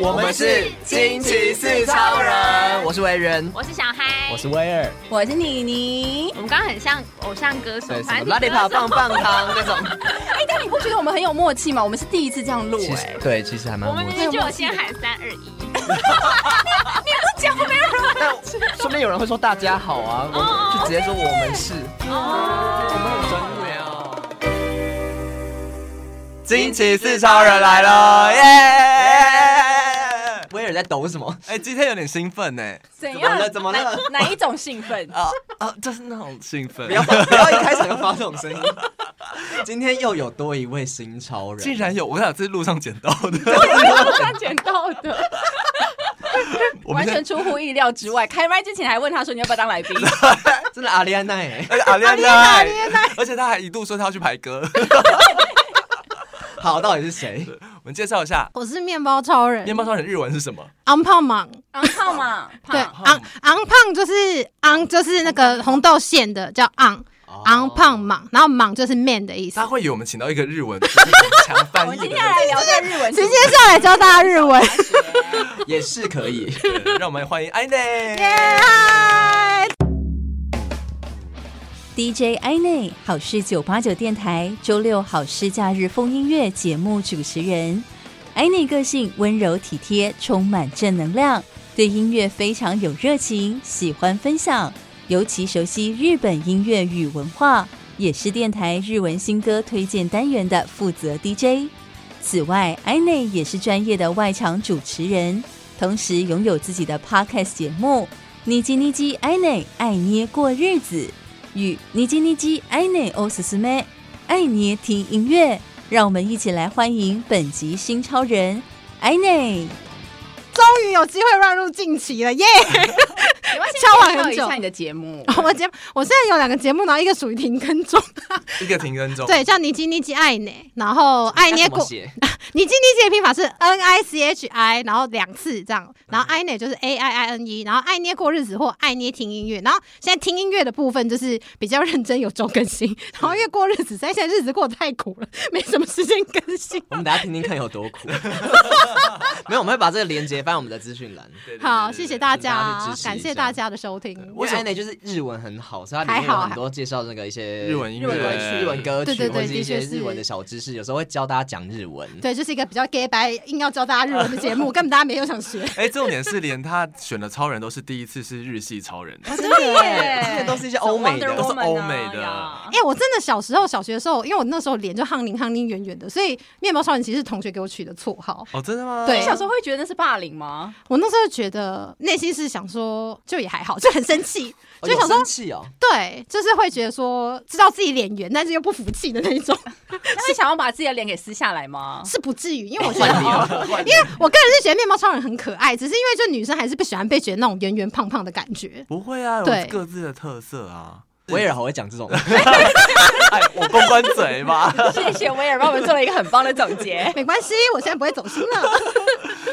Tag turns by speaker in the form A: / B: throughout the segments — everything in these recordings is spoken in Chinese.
A: 我们是惊奇四超人，我是维人，
B: 我是小嗨，
C: 我是威尔，
D: 我是妮妮
B: 我。们刚刚很像偶像歌手
C: 对，什么
B: 反正
C: 拉力跑棒棒糖那种。
D: 哎、但你不觉得我们很有默契吗？我们是第一次这样录、
C: 其
D: 哎
C: 实，对，其实还蛮
B: 我们
C: 默
B: 明
C: 契。
B: 明就有先喊三二一，
C: 但顺便有人会说大家好啊，我就直接说我们是， 我们很专哦业哦。
A: 惊奇四超人来了，耶！
C: 威尔在抖什 么？
A: 哎，今天有点兴奋呢，
D: 怎
C: 怎么
D: 样？
C: 了？怎么了？哦
D: 哪一种兴 奋？
A: 啊啊，就是那种兴奋
C: 不，要发不要一开场就发这种声音。 今天又有多一位新超人，
A: 竟然有，我想这是路上捡到的，
D: 路上捡到的，
A: 我们
D: 完
A: 现在
D: 全 出乎意料之外。开麦之前还问他说你要不要当 来宾，
C: 真的阿丽安娜哎。
A: 而且阿丽奈，而且他还一度说他要去排歌。
C: 好，到底是谁？
A: 我们介绍一下
E: 我是面包超人，
A: 面包超人日文是什么？
E: 昂胖芒，
D: 昂胖嘛，
F: 啊
E: 对，
D: 胖
E: 昂昂胖就是昂就是那个红豆馅的叫昂昂胖芒，然后芒就是面的意思
A: 他。会以为我们请到一个日文就是很强翻
D: 我们
A: 译
D: 今
A: 的
D: 天来聊在日文，
E: 直接上来教大家日文，
C: 也是可以。
A: 人，对让我们欢迎艾奈。
E: 嗨
G: DJ 艾内好事九八九电台周六好事假日风音乐节目主持人，艾内个性温柔体贴，充满正能量，对音乐非常有热情，喜欢分享，尤其熟悉日本音乐与文化，也是电台日文新歌推荐单元的负责 DJ。此外，艾内也是专业的外场主持人，同时拥有自己的 podcast 节目《尼基尼基艾内爱捏过日子》。与尼基尼基爱哦内欧斯斯妹爱捏听音乐，让我们一起来欢迎本集新超人爱内。
E: 终于有机会乱入近期了耶！
D: 你要先
E: 敲完很久
D: 介绍一下你的节目，
E: 我节我现在有两个节目，然后一个属于停更中，
A: 一个停更中，
E: 对，叫尼基尼基爱呢，然后爱捏
C: 过
E: 过，尼基尼基的拼法是 N I C H I，然后两次这
C: 嗯
E: 样，然后 I 呢就是 A I I N E，然后爱捏过日子或爱捏听音乐，然后现在听音乐的部分就是比较认真有周更新，然后因为过日子，但现在日子过得太苦了，没什么时间更新。
C: 我们大家听听看有多苦。没有，我们会把这个连接放在我们的资讯栏。
A: 对对对
E: 好，
A: 对对
E: 谢谢大
C: 大家去支
E: 家
C: 持一，下
E: 感谢大家的收听。
C: 我想呢，就是日文很好，所以它里面有很多介绍那个一些
A: 日文音
C: 日文
A: 乐
C: 日文歌曲，
E: 对对对
C: 或者是一些
E: 的确是
C: 日文的小知识，有时候会教大家讲日文。
E: 对，就是一个比较 gay 白，硬要教大家日文的 节目，根本大家没有想学。
A: 哎，重点是连他选的超人都是第一次是日系超人，
C: 真的耶，
D: 耶
C: 之前都是一些 欧美的
D: Wonder
A: 都是
D: Woman 啊
A: 欧美的
D: 呀
E: 哎、我真的小时候小学的时候，因为我那时候脸就憨灵憨灵圆圆的，所以面包超人其实是同学给我取的绰号。
A: 哦，真的吗？
E: 对
D: 你
C: 呃
D: 小时候会觉得那是霸凌 吗？
E: 我那时候觉得内心是想说，就也还好，就很生气，
C: 哦
E: 就想
C: 有
E: 说
C: 生，气哦，
E: 对，就是会觉得说知道自己脸圆，但是又不服气的那一种，
C: 哦
D: 那会想要把自己的脸给撕下来吗？
E: 是不至于，因为
C: 哦
E: 我觉得，因为我个人是觉得面包超人很可爱，只是因为就女生还是不喜欢被觉得那种圆圆胖胖的感觉。
A: 不会啊，有
E: 对
A: 各自的特色啊。
C: 威尔好会讲这种。
A: 哎，我公关嘴吧。
D: 谢谢威尔帮我们做了一个很棒的总 结。
E: 没关系，我现在不会走心了。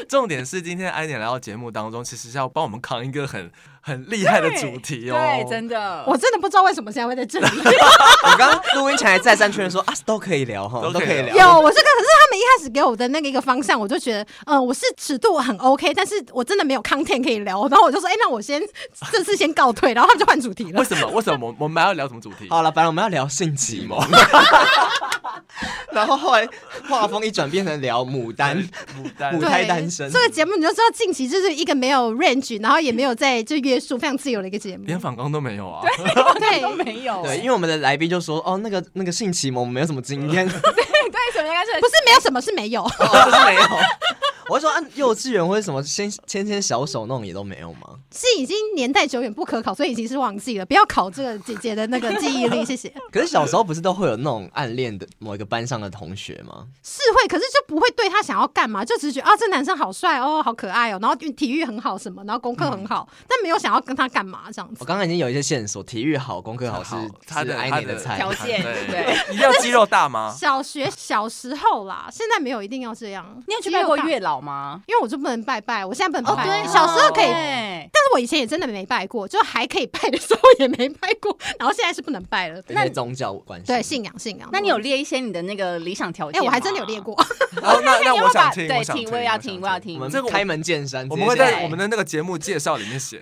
A: 重点是今天安妮来到节目当中，其实是要帮我们扛一个很很厉害的主题哦。
D: 对，真的，
E: 我真的不知道为什么现在会 在这里。
C: 我刚刚录音前还再三确认说啊，都可以聊哈，
A: 都
C: 都
A: 可以
C: 可以
A: 聊
C: 聊。
E: 有，我这个可是他们一开始给我的那个一个方向，我就觉得，嗯，我是尺度很 OK，但是我真的没有 content 可以聊，然后我就说，哎、那我先这次先告退，然后他们就换主题了
A: 为。什么？为什么我们我们要聊什么主题？
C: 好了，反正我们要聊性启蒙，然后后来画风一转变成聊牡
A: 哎
C: 丹，
A: 牡丹
C: 牡
E: 对
C: 胎单身
E: 这个节目你就知道，近期就是一个没有 range，然后也没有在就约束，非常自由的一个节目。
A: 连反光都没有啊。
E: 对
D: 都没
A: 哦
D: 有。
C: 对，因为我们的来宾就说哦，那个那个性启蒙没有什么经验，
A: 嗯
F: 哎
D: 对，什么应该是
E: 不是没有什么是没有，
C: 哦，就是没有。 我就说啊，幼稚园或者什么牵牵牵小手那种也都没有吗？
E: 是已经年代久远不可考，所以已经是忘记了。不要考这个姐姐的那个记忆力，谢谢。
C: 可是小时候不是都会有那种暗恋的某一个班上的同学吗？
E: 是会，可是就不会对他想要干嘛，就只是觉得啊，这男生好帅哦，好可爱哦，然后体育很好什么，然后功课很好，
C: 嗯
E: 但没有想要跟他干嘛这样
C: 我
E: 子。
C: 刚刚已经有一些线索，体育好，功课好是
A: 好他
C: 是
A: 的
C: 爱
A: 他
C: 你的
A: 的
C: 菜。
D: 条件，对不对？
A: 一定要肌肉大吗？
E: 小学小时候啦，现在没有一定要这样。
D: 你有去拜过月老
F: 少吗？
E: 因为我就不能拜拜，我现在不
F: 哦
E: 能拜。
F: 对
E: 小时候可以，但
F: 对，
E: 是我以前也真的没拜过，就还可以拜的时候也没拜过，然后现哎在是不能拜了。
C: 有
E: 那
C: 些宗教关系。
E: 对信仰信仰，
F: 那你有列一些你的那个理想条
E: 哎、
F: 件吗？
E: 我还真的有列过，
A: 然后那那我想听，
F: 对，
A: 想听，
F: 我也要听，
A: 听，
F: 我要
C: 我
F: 听，
C: 们
A: 这个我
C: 开门见山，
A: 我们会在我们的那个节目介绍里面写。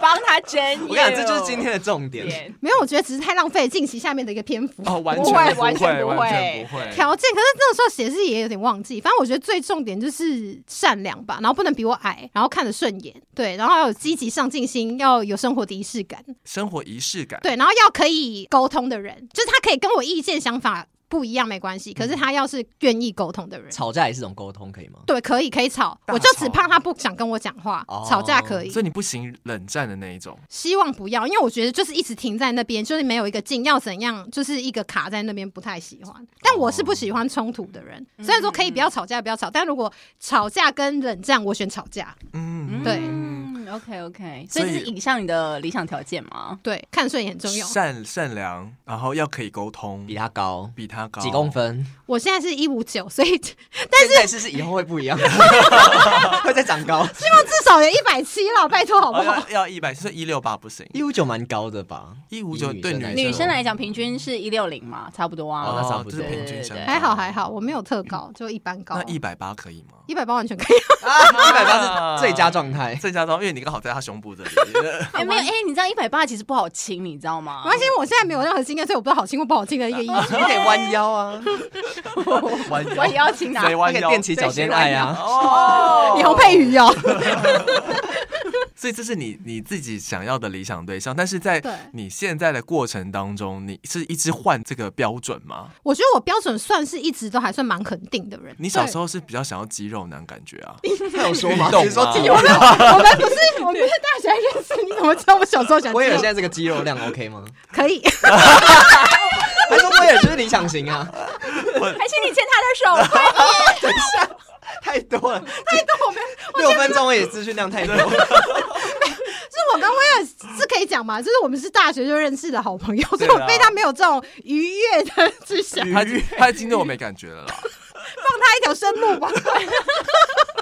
F: 帮他争。
C: 我跟你讲，这就是今天的重点。
F: 点。
E: 没有，我觉得只是太浪费近期下面的一个篇幅。
A: 哦，完全
F: 不
A: 不
F: 会
A: 会，
F: 完
A: 完
F: 全
A: 全
F: 不
A: 不
F: 会
A: 会。
E: 条件，可是那个时候写字也有点忘记。反正我觉得最重点就是善良吧，然后不能比我矮，然后看得顺眼，对，然后要有积极上进心，要有生活的仪式感，
A: 生活仪式感，
E: 对，然后要可以沟通的人，就是他可以跟我意见想法不一样没关系，可是他要是愿意沟通的人，
C: 吵架也是种沟通，可以吗？
E: 对，可以可以吵，
A: 大
E: 我就只
A: 吵
E: 怕他不想跟我讲话，
C: 哦
E: 吵架可以
A: 所，以你不行冷战的那一种。
E: 希望不要，因为我觉得就是一直停在那边，就是没有一个进，要怎样，就是一个卡在那边，不太喜欢。但我是不喜欢冲突的人，虽然说可以不要吵架，不要吵，但如果吵架跟冷战，我选吵架。
A: 嗯，
E: 对
F: 嗯，OK OK，所以
A: 所以
F: 这是影像你的理想条件吗？
E: 对，看顺眼很重要。
A: 善善良，然后要可以沟通，
C: 比他高
A: 比嗯他高
C: 几公。分，
E: 我现在是一五九，所以 至
C: 但是试试以后会不一 样，会再长高。
E: 少有一百七了，拜托好不好？
A: 哦要要一百，所以一六八不行，
C: 一五九蛮高的吧？
A: 一五九
C: 以
A: 对
C: 来
A: 女
C: 说
F: 女生来讲，平均是一六零嘛，差不多
C: 哦
F: 啊。
C: 那差不
A: 这
C: 多
A: 是平均身
F: 对对对
A: 高。
E: 还好还好，我没有特高，就一般高
A: 哎那。一百八可以 吗？
E: 一百八完全 可以。
C: 一百八是最佳状态。
A: 郑家庄，因为你刚好在他胸部 这里，
F: 哎，没有，哎，你知道一百八其实不好清，你知道吗
E: 没？关系，我现在没有任何经验，所以我不知道好听或不好听的一个意义。
C: 你可以弯腰啊，
A: 弯
F: 我也要清啊。
A: 谁弯
C: 那个
A: 腰？
C: 踮起脚尖爱 啊，
F: 哦
E: 你侯佩瑜哦，
A: 所以这是你你自己想要的理想对象，但是在
E: 对
A: 你现在的过程当中，你是一直换这个标准吗？
E: 我觉得我标准算是一直都还算蛮肯定的人。
A: 你小时候是比较想要肌肉男感觉啊？
C: 他有说吗？
A: 动
C: 你说
A: 吗
C: 肌肉量，
E: 我们不是我们是大学认识，你怎么知道我小时候想？
C: 我也现在这个肌肉量 OK 吗？
E: 可以，
C: 还说我也就是理想型啊，
F: 还请你牵他的手。
C: 太多了，太多，我们六分钟我也资讯量太多，
E: 是我跟威尔是可以讲嘛？就是我们是大学就认识的好朋友，所
A: 对
E: 以
A: 啊
E: 我对他没有这种愉悦的去想，
A: 他他今天我没感觉了 啦，
E: 放他一条生路吧。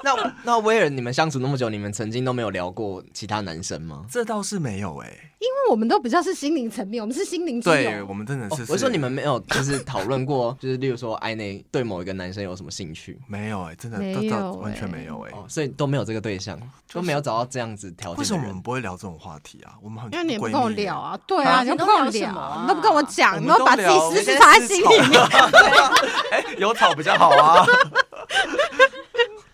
C: 那那威尔，你们相处那么久，你们曾经都没有聊过其他男生吗？
A: 这倒是没有哎、
E: 因为我们都比较是心灵层面，我们是心灵之
A: 对
E: 友。
A: 我们真的
C: 哦
A: 是，
C: 我说你们没有，就是讨论过， 就是例如说艾内对某一个男生有什么兴趣
A: 没有哎、真的
E: 没
A: 都
E: 有
A: 到
E: 欸
A: 完全没有哎、
C: 哦，所以都没有这个对象，都没有找到哦这样子条
A: 为
C: 件
A: 什
C: 的
A: 么我
C: 人
A: 们。不会聊这种话题啊？我们很
E: 因为你也不
A: 闺
E: 跟我
A: 蜜欸
E: 聊，啊，对
F: 啊
E: 啊，你
F: 你
E: 不
F: 都
E: 跟
F: 聊
E: 我
F: 什么啊
E: 聊，你都不跟我讲，
A: 我
E: 你
A: 们
E: 都
A: 都
E: 把自己
A: 聊我
E: 私
A: 们
E: 事
A: 现在
E: 藏在
A: 私
E: 心
A: 吵
E: 里面。
A: 哎、有草比较好 啊。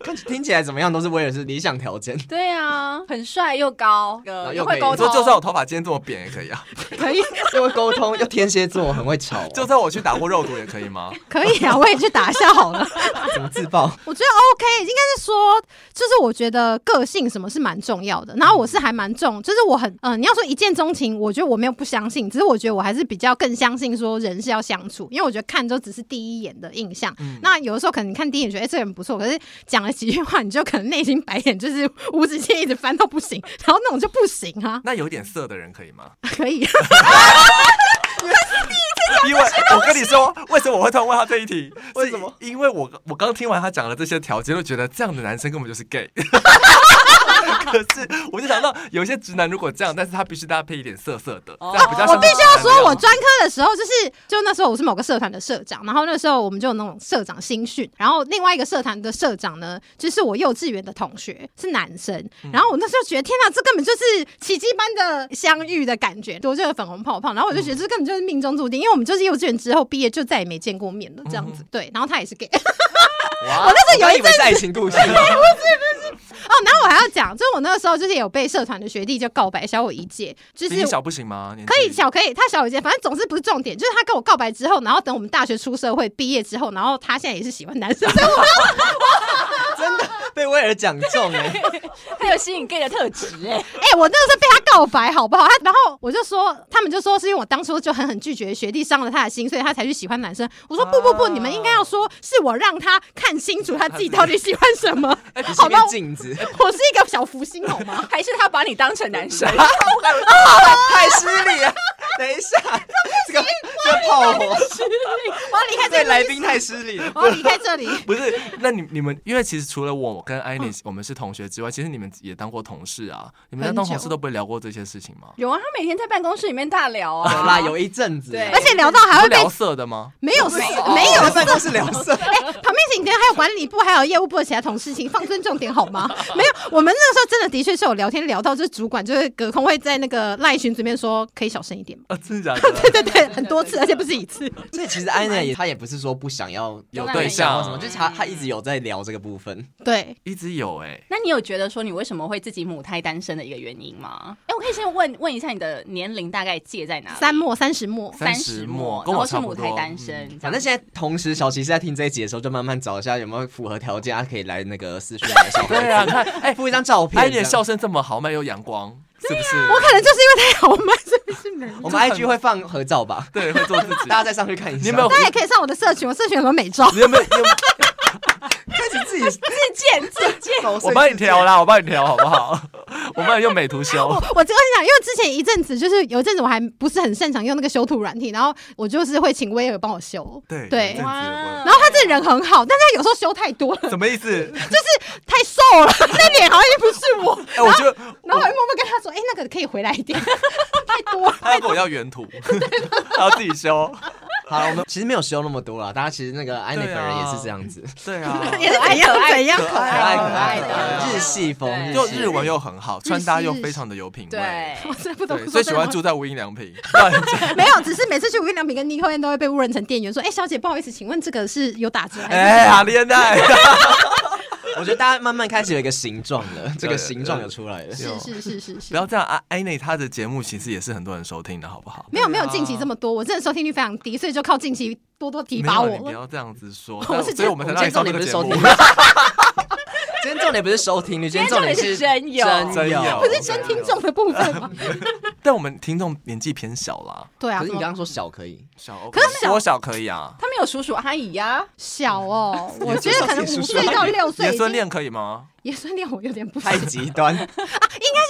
C: 看听起来怎么样都是威尔是理想条件，
F: 对啊，很帅又高，
C: 后
F: 又
C: 又
F: 会
C: 可以
F: 沟
A: 你说
F: 通。
A: 就算我头发今天这么扁也可以啊，
E: 可以
C: 又会沟通，又天蝎座，很会吵、啊
A: 就
C: 就
A: 算我去打过肉毒也可以吗？
E: 可以啊，我也去打一下好了。
C: 怎么自爆？
E: 我觉得 OK，应该是说，就是我觉得个性什么是蛮重要的。然后我是还蛮重，就是我很嗯、呃你要说一见钟情，我觉得我没有不相信，只是我觉得我还是比较更相信说人是要相处，因为我觉得看就只是第一眼的印象。那有的时候可能你看第一眼觉得哎、这个人不错，可是讲了几句话，你就可能内心白眼就是 无止境一直翻到不行，然后那种就不行啊，
A: 那有点色的人可以吗？
E: 可以。
A: 因为哦我跟你说，为什么我会突然问他这一题？为什么？因为我我刚听完他讲的这些条件，就觉得这样的男生根本就是 gay。可是我就想到，有一些直男如果这样，但是他必须搭配一点色色的，这样比较像
E: 哦我必须要
A: 直男
E: 说，
A: 那
E: 我
A: 样
E: 专科的时候就是，就那时候我是某个社团的社长，然后那时候我们就有那种社长新训，然后另外一个社团的社长呢，就是我幼稚园的同学，是男生，
A: 嗯
E: 然后我那时候觉得天哪，这根本就是奇迹般的相遇的感觉，我就有粉红泡泡，然后我就觉得这根本就是命中注定，因为我们就是幼稚园之后毕业就再也没见过面了，这样子，
A: 嗯
E: 对，然后他也是哦 gay，
C: 哇，我那时候有一阵爱情故事，
E: 哦，然后我还要讲，就是我那个时候就是有被社团的学弟就告白，小我一届，就
A: 比
E: 是
A: 哎你小不行吗？年纪
E: 可以小可以，他小一届，反正总之不是重点，就是他跟我告白之后，然后等我们大学出社会毕业之后，然后他现在也是喜欢男 生，所以我
C: 真的被威尔讲中 哎、
F: 他有吸引 gay 的特质哎。
E: 哎、我那个是被他告白，好不好？他然后我就说，他们就说是因为我当初就狠狠拒绝学弟伤了他的心，所以他才去喜欢男生。我说不不不，你们应该要说是我让他看清楚他自己到底喜欢什 么，
C: 你是
E: 好
C: 一
E: 吧
C: 面？镜子，
E: 我是 一个小福星，好吗？
F: 还是他把你当成男生？
C: 太失礼了，等一下， 这个这个炮火，
E: 我要离开
C: 对
E: 这里，
C: 来宾太失礼了。
E: 我要离开这里。
A: 不是，那你你们，因为其实除了我跟艾妮、我们是同学之外，其实你们也当过同事啊。你们在当同事都不会聊过这些事情吗？
F: 有啊，他每天在办公室里面大聊
C: 有 啦，
F: 啊，
C: 有一阵子，哎
F: 对
E: 而且聊到还
A: 不
E: 会被
A: 聊色的吗？
E: 没有
C: 不是
E: 没有
C: 在办公室聊 色，
E: 旁边是你跟还有管理部，还有业务部的其他同事，请放尊重点好 吗？没有，我们那个时候真的的确是有聊天聊到，就是主管就是隔空会在那个赖群组里面说，可以小声一 点吗？
A: 啊，真的假的？
E: 对对对，很多次，而且不是一次。
C: 所以其实
E: 哎
C: 安娜也，她也不是说不想要
A: 有
F: 对
A: 象
C: 或什么，就是她她一直有在聊这个部分。
E: 对，
A: 一直有哎、
F: 那你有觉得说你为什么会自己母胎单身的一个原因吗？哎、我可以先问问一下你的年龄大概界在哪里？
E: 三末三十末，
A: 三
F: 十
A: 十末跟
F: 然
A: 我
F: 后是
A: 差不
F: 母
A: 多
F: 胎单身，
C: 嗯反正
F: 这
C: 现
F: 样
C: 在同时，小琪是在听这一集的时候，就慢慢找一下有没有符合条件，她可以来那个私讯来小
A: 对啊，看 哎，
C: 附一张照片。
A: 艾妮的
C: 这样
A: 笑声这么豪迈又阳光，是不是？
E: 啊我可能就是因为太豪迈，所以是没有。
C: 我们 IG 会放合照吧，
A: 对会做自 己。
C: 大家再上去看一下。
A: 你有没有？？
E: 大家也可以上我的社群，我社群有很多美 照。
A: 你有没有？你有没有
C: 开始 自己
F: 自荐自荐，
A: 我帮你调啦，我帮你调好不好？我帮你用美图
E: 我
A: 修。
E: 我这个想，因为之前一阵子就是有一阵子我还不是很擅长用那个修图软体，然后我就是会请威尔帮我修。
A: 对
E: 对
A: 这样子我
E: 然后他这人很好，但他有时候修太多了，
A: 什么意思？
E: 就是太瘦了， 那脸好像也不是
A: 哎，
E: 我。
A: 我觉得
E: 然后我还默默跟他说：“哎、那个可以回来一点， 太多了。
A: 他要跟我要原图，他要自己修。
C: 好了，我们其实没有修那么多啦，大家其实那个安妮本
A: 对啊
C: 人也是这样子，
A: 对啊，
E: 也是怎样怎样
C: 可爱可爱
F: 可爱
C: 的
F: 的
C: 日系风，
F: 对
A: 就
C: 系
A: 日文又很好，穿搭又非常的有品味
F: 对。，
E: 我真的不懂
A: 对，
E: 说
A: 所以喜
E: 这个
A: 欢
E: 话
A: 住在无印良 品。乱讲
E: 没有，只是每次去无印良品跟 Nico N 都会被误认成店员，说：“哎、小姐，不好意思，请问这个是有打折还是？”
A: 哎，好恋爱，
C: 我觉得大家慢慢开始有一个形状了，这个形状有出来了。
E: 是是是是
A: 不
E: 是，
A: 要这样啊！艾内她的节目其实也是很多人收听的，好不好？
E: 没有没有近期这么多，我真的收听率非常低，所以就靠近期多多提
A: 没
E: 拔
A: 有，啊你不
E: 我。
A: 要这样子说。
E: 我
A: 那
E: 是
A: 所以我们才
C: 今天
A: 让你上
C: 重点
A: 这
C: 不
A: 个
C: 是
A: 节
C: 收
A: 目
C: 听。率，今天重点不是收听率，今天重点是
F: 今天重点是真有
C: 真有，
A: 不
E: 可是真听众的部分 吗？
A: 但我们听众年纪偏小啦，
E: 对啊，
C: 可是你
E: 怎么
C: 刚刚说小可以，
A: 小
E: 可是小
A: 缩小可以啊。
F: 他们有叔叔阿姨啊呀、
E: 小哦，我觉得可能五岁到六岁已
A: 爷
E: 经，
A: 孙恋可以吗？
E: 爷孙恋我有点不行。
C: 太极端。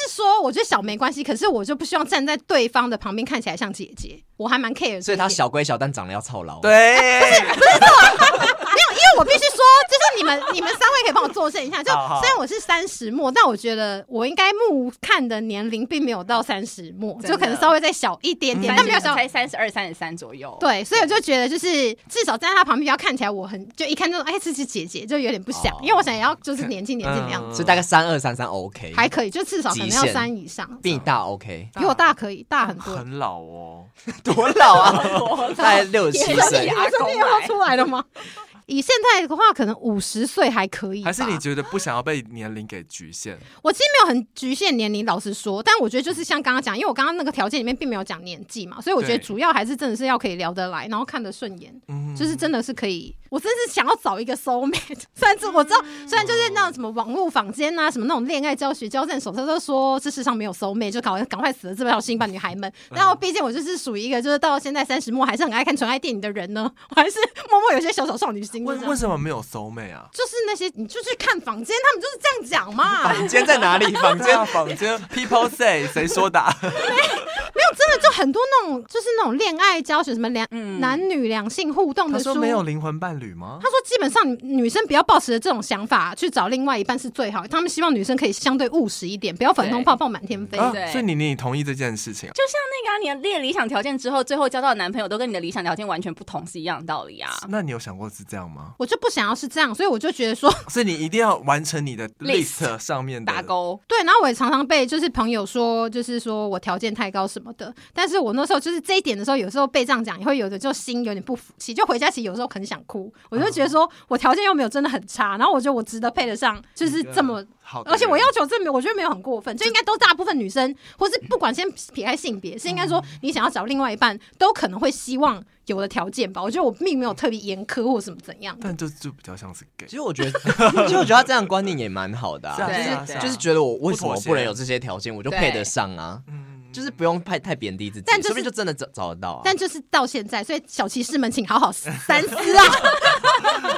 E: 是说，我觉得小没关系，可是我就不希望站在对方的旁边看起来像姐姐，我还蛮 care 这一点。
C: 所以他小归小，但长得要操劳。，
A: 对，
E: 没有，因为我必须说，就是你们 你们三位可以帮我作证一下。就
A: 好好
E: 虽然我是三十末，但我觉得我应该目看的年龄并没有到三十末，
F: 真的
E: 就可能稍微再小一点点，
F: 但
E: 但没有小。
F: 才三十二、三十三左右。
E: 对，所以我就觉得，就是至少站在他旁边，不要看起来我很就一看就哎，这是姐姐，就有点不想，
C: 哦
E: 因为我想要就是年轻年轻的样子，
C: 所以大概三二三三 OK，
E: 还可以，就至少可能要
C: 极限
E: 三以上，
C: 比你大 OK，
E: 比我大可以大很多。
A: 很老 哦。
C: 多老啊， 大概六十七岁
F: 也。
E: 你们这边要出来了 吗？以现在的话，可能五十岁还可以吧，
A: 还是你觉得不想要被年龄给局限？
E: 我其实没有很局限年龄，老实说，但我觉得就是像刚刚讲，因为我刚刚那个条件里面并没有讲年纪嘛，所以我觉得
A: 对
E: 主要还是真的是要可以聊得来，然后看得顺眼，
A: 嗯，
E: 就是真的是可以。我真是想要找一个 soul mate，虽 然这我知道，
A: 嗯
E: 虽然就是那种什么网络坊间啊，什么那种恋爱教学、交战手册都说这世上没有 soul mate，就赶快赶快死了这么小心吧，女孩们。
A: 嗯
E: 但我毕竟我就是属于一个就是到现在三十末还是很爱看纯爱电影的人呢，我还是默默有些小小少女心。就
A: 为
E: 这
A: 为
E: 样
A: 什么没有搜妹啊？
E: 就是那些，你就去看坊间，他们就是这样讲嘛。
A: 嗯
C: 房间在哪里？房
A: 这
C: 间
A: 样坊间 people say 谁说的啊？
E: 没有，真的就很多那种，就是那种恋爱教学，什么两、
F: 嗯
E: 男女两性互动
A: 他
E: 的
A: 说
E: 书。啊
A: 没有灵魂伴侣吗
E: 他？说基本上女女生不要抱持着这种想法去找另外一半是最好的。他们希望女生可以相对务实一点，不要粉红泡泡满天飞。
A: 啊，
F: 对
A: 所以你你同意这件事情啊？
F: 就像那个、啊、你的列理想条件之后，最后交到的男朋友都跟你的理想条件完全不同，是一样的道理啊。
A: 那你有想过是这样吗？
E: 我就不想要是这样，所以我就觉得说，
A: 所以你一定要完成你的
F: List
A: list 上面的
F: 打勾，
E: 对。然后我也常常被就是朋友说，就是说我条件太高什么的。但是我那时候就是这一点的时候，有时候被这样讲，也会有的就心有点不服气，就回家其实有时候很想哭。我就觉得说我条件又没有真的很差，然后我觉得我值得配得上，就是这么
A: 好的人，
E: 而且我要求这没有，我觉得没有很过分，就应该都大部分女生，或是不管先撇开性别，是应该说你想要找另外一半，都可能会希望有的条件吧。我觉得我并没有特别严苛或什么怎样的。
A: 但就就比较像是 gay
C: 其。实我觉得，其实我觉得他这样观念也蛮好的、
A: 是啊
C: 啊，
A: 是啊
F: 对
A: 啊
C: 就是觉得我为
A: 不
C: 什么
A: 妥协
C: 不能有这些条件，我就配得上啊。
A: 嗯
C: 就是不用太太贬低自己，
E: 但就是
C: 说不定就真的找找得到啊。
E: 但就是到现在，所以小骑士们请好好三思 啊！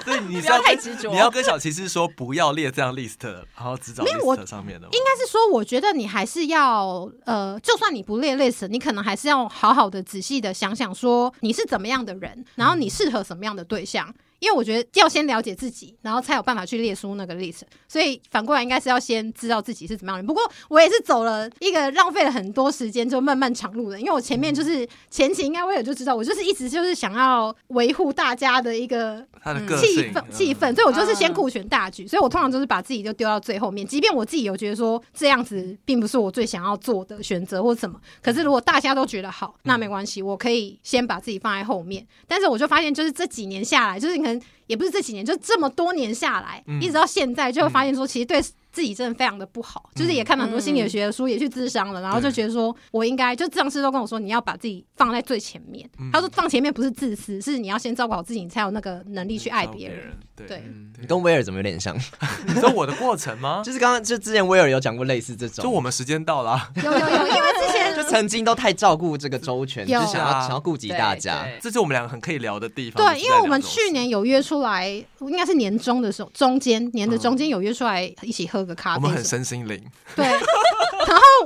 A: 所 以你
F: 不
A: 是
F: 要
A: 跟
F: 太执着
A: 你要跟小骑士说不要列这样 list，然后只找
E: 没有我
A: list 上面的吗。
E: 应该是说，我觉得你还是要呃，就算你不列 list，你可能还是要好好的、仔细的想想，说你是怎么样的人，然后你适合什么样的对象。因为我觉得要先了解自己，然后才有办法去列出那个 list。所以反过来应该是要先知道自己是怎么样的人。不过我也是走了一个浪费了很多时间就漫漫长路的，因为我前面就是前期应该我也就知道，我就是一直就是想要维护大家的一个
A: 他的个
E: 气
A: 性
E: 氛
A: 嗯
E: 气氛，所以我就是先顾全大局，所以我通常就是把自己就丢到最后面，即便我自己有觉得说这样子并不是我最想要做的选择或什么，可是如果大家都觉得好，那
A: 嗯
E: 没关系，我可以先把自己放在后面。但是我就发现，就是这几年下来，就是你可能也不是这几年，就这么多年下来，
A: 嗯
E: 一直到现在，就会发现说，其实对。自己真的非常的不好，就是
A: 嗯
E: 也看了很多心理学的书，也去咨商了，然后就觉得说我应该就上司都跟我说你要把自己放在最前面，
A: 嗯
E: 他说放前面不是自私，是你要先照顾好自己，你才有那个能力去爱
A: 找
E: 别人。，
A: 对
E: 对，
C: 你跟威尔怎么有点像？
A: 嗯你说我的过程 吗？
C: 就是刚刚就之前威尔有讲过类似这种，
A: 就我们时间到了啊，
E: 有有有，因为 之前
C: 就曾经都太照顾这个周全，就
E: 有
C: 是想要
A: 啊
C: 想要顾及大家。
A: 这是我们两个很可以聊的地方。
E: 对，
A: 就是
E: 因
A: 在
E: 为我
A: 聊
E: 们
A: 这种事
E: 去年有约出来，应该是年中的时候，中间年的中间有约出来一起喝个咖
A: 我
E: 啡什么，
A: 们很身心灵，
E: 对，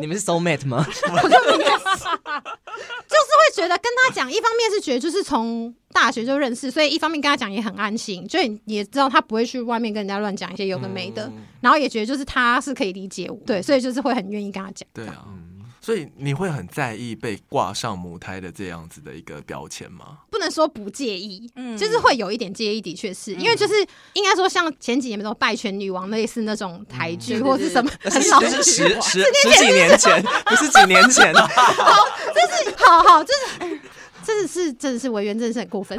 C: 你们是 soul mate 吗？
E: 就是会觉得跟他讲，一方面是觉得就是从大学就认识，所以一方面跟他讲也很安心，就你也知道他不会去外面跟人家乱讲一些有的没的，
A: 嗯
E: 然后也觉得就是他是可以理解我，对，所以就是会很愿意跟他讲。
A: 对啊。所以你会很在意被挂上母胎的这样子的一个标签吗？
E: 不能说不介意，
F: 嗯
E: 就是会有一点介意，的确
C: 嗯
E: 是、因为就是应该说像前几年那种《拜权女王》类似那种台
C: 嗯
E: 剧、或者是什么
C: 那
E: 很
C: 是
E: 老
C: 那是十十十几年前，不是几年前。
E: 好好，就是哎真的是真的是委员，真的是很过 分。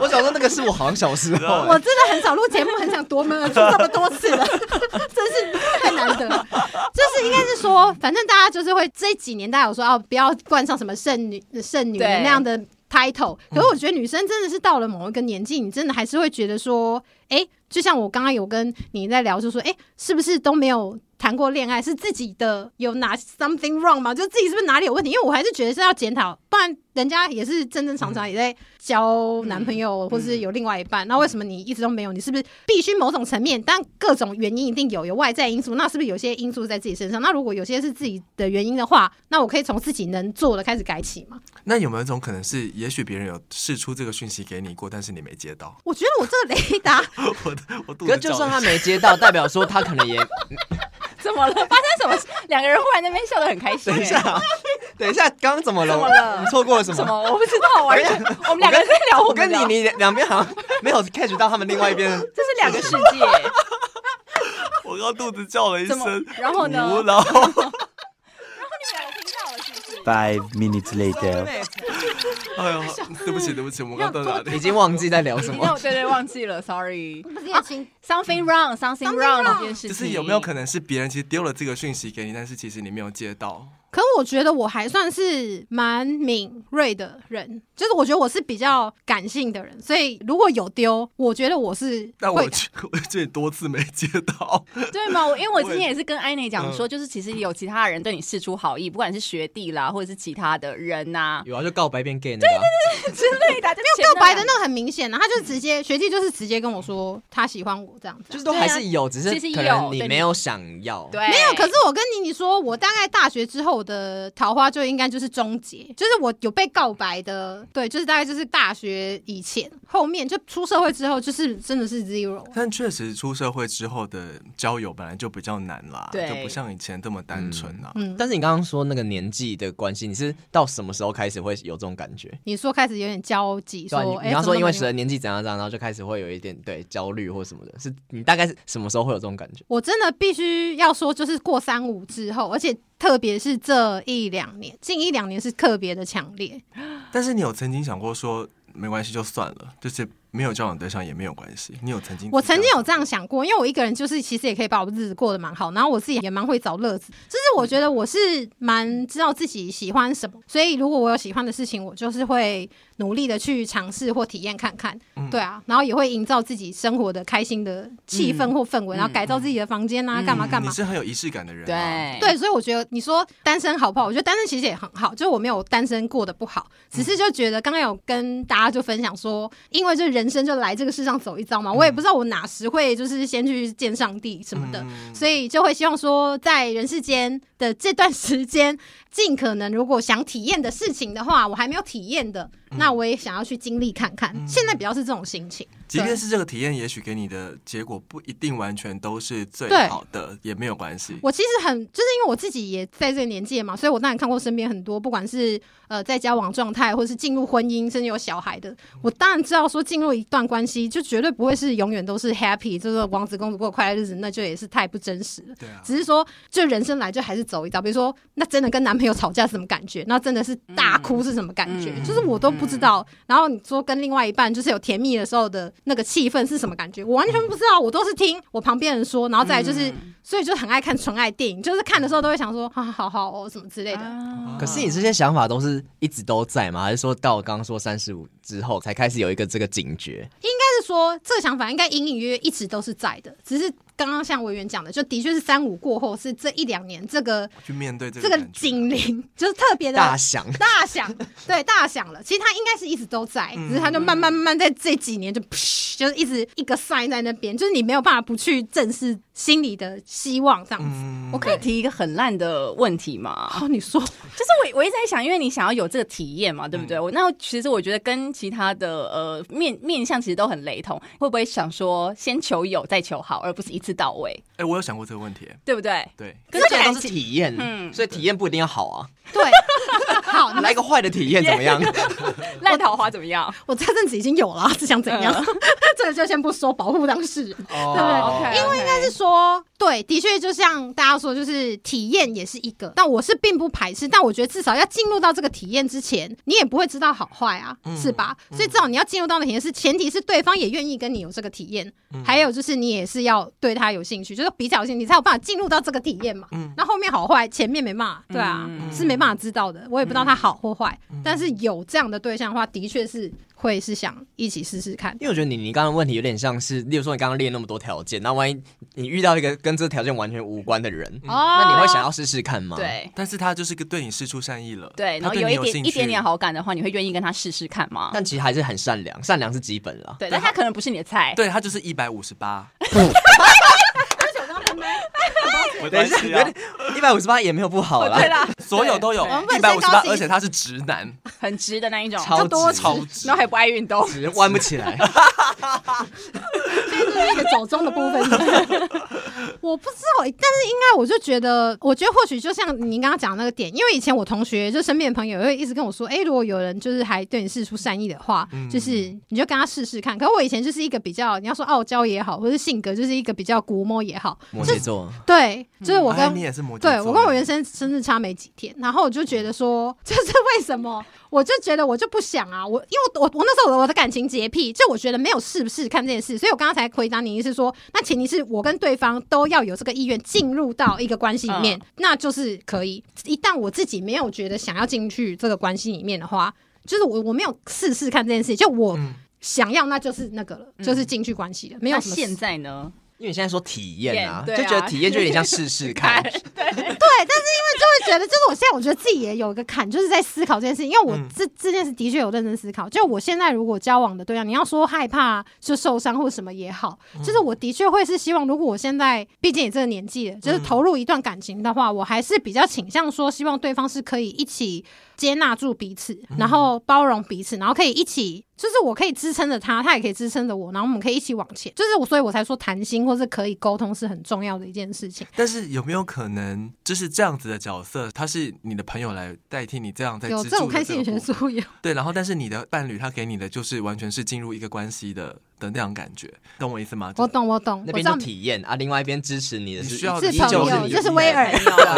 C: 我想说那个是我好像小时 候、
E: 我真的很少录节目，很想夺门而出这么多次了， 真是太难得了。就是应该是说，反正大家就是会这几年大家有说哦，不要冠上什么剩女剩女
F: 对
E: 那样的 title。可是我觉得女生真的是到了某一个年纪，你真的还是会觉得说，哎、就像我刚刚有跟你在聊，就说，哎、是不是都没有？谈过恋爱是自己的有哪 something wrong 吗？就自己是不是哪里有问题？因为我还是觉得是要检讨，不然人家也是正正常常也在交男朋友，或是有另外一半，那为什么你一直都没有？你是不是必须某种层面？但各种原因一定有，有外在因素，那是不是有些因素在自己身上？那如果有些是自己的原因的话，那我可以从自己能做的开始改起嘛？
A: 那有没有一种可能是，也许别人有试出这个讯息给你过，但是你没接到？
E: 我觉得我这个雷达
A: 我的我肚
C: 可是
A: 子
C: 就
A: 叫
C: 算
A: 了
C: 他没接到，代表说他可能也
F: 怎么了？发生什么事？两个人忽然在那边笑得很开心、欸
C: 等一下 啊，等一下，刚刚怎么了？
F: 怎么了
C: 你错过了什
F: 什
C: 么？
F: 么？我不知道，我我们两个人在聊
C: 我
F: 们
C: 跟
F: 的
C: 你你两边好像没有 catch 到他们另外一边 的。
F: 这是两个世界，
A: 我刚肚子叫了一
F: 怎么
A: 声，？
F: 然后呢？
A: 无然后
F: 你们两个听到了是不是？
H: Five minutes later.
A: 哎 呦，对不起对不起，我们刚到哪
C: 已
A: 里？
C: 经忘记在聊什
F: 你
C: 么
F: 我，对对忘记了，sorry。
E: 不是也清
F: Something wrong, something wrong 这件事情，
A: 就是有没有可能是别人其实丢了这个讯息给你，但是其实你没有接到？
E: 可我觉得我还算是蛮敏锐的人，就是我觉得我是比较感性的人，所以如果有丢，我觉得我是
A: 但
E: 会
A: 我觉 我觉得你多次没接 到，
F: 对吗？我因为我之前也是跟艾内讲说，就是其实有其他人对你示出好意，不管是学弟啦，或者是其他的人呐、
C: 有啊，就告白变 gay 那个啊。
F: 之类的，没
E: 没有告白的那个很明显啊，他就直接学弟就是直接跟我说他喜欢我这样子
C: 就
E: 啊。
C: 是都还是有，只是
F: 其实
C: 可
F: 有
C: 能你
F: 对
C: 没有想要。
F: 对，
E: 没有，可是我跟妮妮说，我大概大学之后的桃花就应该就是终结，就是我有被告白的，对，就是大概就是大学以前，后面就出社会之后就是真的是 zero。
A: 但确实出社会之后的交友本来就比较难啦，
F: 对
A: 就不像以前这么单纯啊啦。
E: 嗯，
C: 但是你刚刚说那个年纪的关系，你是到什么时候开始会有这种感觉？
E: 你说开始有点焦急，
C: 对
E: 说
C: 啊，你
E: 哎，
C: 你刚
E: 怎
C: 说
E: 么
C: 因为
E: 那么
C: 随着年纪怎样怎样，然后就开始会有一点对焦虑或什么的，是你大概是什么时候会有这种感觉？
E: 我真的必须要说，就是过三五之后，而且特别是这一两年，近一两年是特别的强烈。
A: 但是你有曾经想过说没关系就算了，就是没有交往对象也没有关系。你有曾经
E: 我曾经有这样想过，因为我一个人就是其实也可以把我日子过得蛮好，然后我自己也蛮会找乐子，就是
A: 嗯
E: 我觉得我是蛮知道自己喜欢什么，所以如果我有喜欢的事情，我就是会努力的去尝试或体验看看，
A: 嗯
E: 对啊，然后也会营造自己生活的开心的气氛或氛围，然后改造自己的房间啊，干嘛干
A: 嗯
E: 嘛
A: 你。是很有仪式感的人、啊，
F: 对，
E: 对，所以我觉得你说单身好不好？我觉得单身其实也很好，就是我没有单身过得不好，只是就觉得刚刚有跟大家就分享说，因为就人生就来这个世上走一遭嘛，我也不知道我哪时会就是先去见上帝什么的，
A: 嗯
E: 所以就会希望说，在人世间的这段时间，尽可能如果想体验的事情的话，我还没有体验的，那我也想要去经历看看。现在比较是这种心情，
A: 即
E: 对
A: 便是这个体验，也许给你的结果不一定完全都是最
E: 对
A: 好的，也没有关系。
E: 我其实很，就是因为我自己也在这个年纪嘛，所以我当然看过身边很多，不管是呃在交往状态，或是进入婚姻，甚至有小孩的，我当然知道说进入一段关系就绝对不会是永远都是 happy，就是王子公主过快乐日子，那就也是太不真实了。
A: 对啊，
E: 只是说，就人生来就还是走一遭。比如说，那真的跟男朋友吵架是什么感觉？那真的是大哭是什么感觉？
F: 嗯
E: 就是我都不知道。然后你说跟另外一半就是有甜蜜的时候的那个气氛是什么感觉？我完全不知道，我都是听我旁边人说，然后再来就是，所以就很爱看纯爱电影，就是看的时候都会想说啊，好好哦，什么之类的。
A: 啊
C: 可是你这些想法都是一直都在吗？还是说到我刚刚说三十五之后才开始有一个这个警觉？
E: 但是说这个想法应该隐隐约约一直都是在的，只是刚刚像委员讲的，就的确是三五过后是这一两年这个
A: 去面对这
E: 这
A: 个
E: 个
A: 感觉啊
E: 警铃就是特别的
C: 大想，
E: 大响，对，大响了。其实他应该是一直都在，只是他就慢慢慢慢在这几年就，噗就是一直一个 sign 在那边，就是你没有办法不去正视心里的希望这样子。
A: 嗯
F: 我可以提一个很烂的问题吗？
E: 哦，你说
F: 就是我我一直在想，因为你想要有这个体验嘛，对不对？我那其实我觉得跟其他的呃面面向其实都很雷同，会不会想说先求有再求好，而不是一次到位，
A: 哎、我有想过这个问题，
F: 对不对？
A: 对，
C: 可是这都是体验，所以体验不一定要好啊，
E: 对，好，那
C: 来个坏的体验怎么样？
F: 烂桃花怎么 样？
E: 我这阵子已经有了啊，是想怎样？ 这个就先不说，保护当事人。
C: 哦
F: 因为应该
E: 是说，对，的确就像大家说，就是体验也是一个。但我是并不排斥，但我觉得至少要进入到这个体验之前，你也不会知道好坏啊，是吧？所以至少你要进入到的体验是，前提是对方也愿意跟你有这个体验，还有就是你也是要对他有兴趣，就是比较有兴趣，你才有办法进入到这个体验嘛。那后面好坏，前面没办法，对啊，是没办法知道的。我也不知道他好或坏，但是有这样的对象的话，的确是会是想一起试试看。
C: 因为我觉得你你刚刚的问题有点像是，例如说你刚刚列那么多条件，那万一你遇到一个跟这条件完全无关的人，
E: 哦
C: 那你会想要试试看吗？，
F: 对
A: 但是他就是个对你示出善意了，
F: 对，然
A: 他
F: 后
A: 对
F: 有
A: 你
F: 一
A: 有兴
F: 点
A: 趣
F: 一点点好感的话，你会愿意跟他试试看吗？
C: 但其实还是很善良，善良是基本啦。
F: 对，但他可能不是你的菜。
A: 对他就是一百五十 八，
C: 等
A: 没关
C: 一下，
A: 系啊，
C: 一百五十八也没有不好啦。
F: 哦对啦，
A: 所有都有
E: 我们不
A: 一
E: 能
A: 百
E: 先
A: 五
E: 高
A: 十
E: 兴
A: 八，而且他是直男，
F: 很直的那一种，
C: 超
E: 多
C: 值
A: 超直，
F: 然后还不爱运动。
C: 直弯不起来。
E: 这是一个走中的部分。我不知道，但是应该我就觉得，我觉得或许就像您刚刚讲的那个点，因为以前我同学就身边的朋友也会一直跟我说，哎、如果有人就是还对你示出善意的话，就是你就跟他试试看。可我以前就是一个比较，你要说傲娇也好，或是性格就是一个比较古摸也好，
C: 摩羯座，
E: 对，就是我跟、
A: 哎你也是摩羯座，
E: 对我跟我原生生日差没几天，然后我 就觉得说，这是为什么？我就觉得我就不想啊，我因为我我我那时候我的感情洁癖，就我觉得没有试不试看这件事，所以我刚刚才回答你是说，那前提是我跟对方都要有这个意愿进入到一个关系里面，那就是可以。一旦我自己没有觉得想要进去这个关系里面的话，就是我我没有试试看这件事，就我。想要那就是那个了，就是进去关系了，没有
F: 那
E: 什么
F: 现在呢？
C: 因为你现在说体验啊，
F: 验
C: 就
F: 对啊
C: 觉得体验就有点像试试 看。
E: 对，但是因为就会觉得，就是我现在我觉得自己也有一个坎，就是在思考这件事情。因为我
A: 嗯
E: 这、这件事的确有认真思考，就我现在如果交往的对象，你要说害怕就受伤或什么也好，就是
A: 嗯
E: 我的确会是希望，如果我现在毕竟也这个年纪了，就是
A: 嗯
E: 投入一段感情的话，我还是比较倾向说，希望对方是可以一起接纳住彼此，
A: 嗯
E: 然后包容彼此，然后可以一起，就是我可以支撑着他，他也可以支撑着我，然后我们可以一起往前。就是我，所以我才说谈心或是可以沟通是很重要的一件事情。
A: 但是有没有可能，就是这样子的角色，他是你的朋友来代替你这样在
E: 有
A: 资
E: 这
A: 助
E: 种
A: 的
E: 看
A: 这
E: 心理
A: 个
E: 学
A: 部分
E: 书有。
A: 对，然后但是你的伴侣他给你的就是完全是进入一个关系的的那样感觉，懂我意思吗？
E: 我。懂，我懂，
C: 那
E: 我
C: 边就
E: 知道
C: 体验啊，另外一边支持你的
A: 你
C: 是
A: 需要
E: 是
A: 依
E: 朋
A: 旧
E: 友，
A: 你
E: 这是
A: 的
E: 威尔，
F: 啊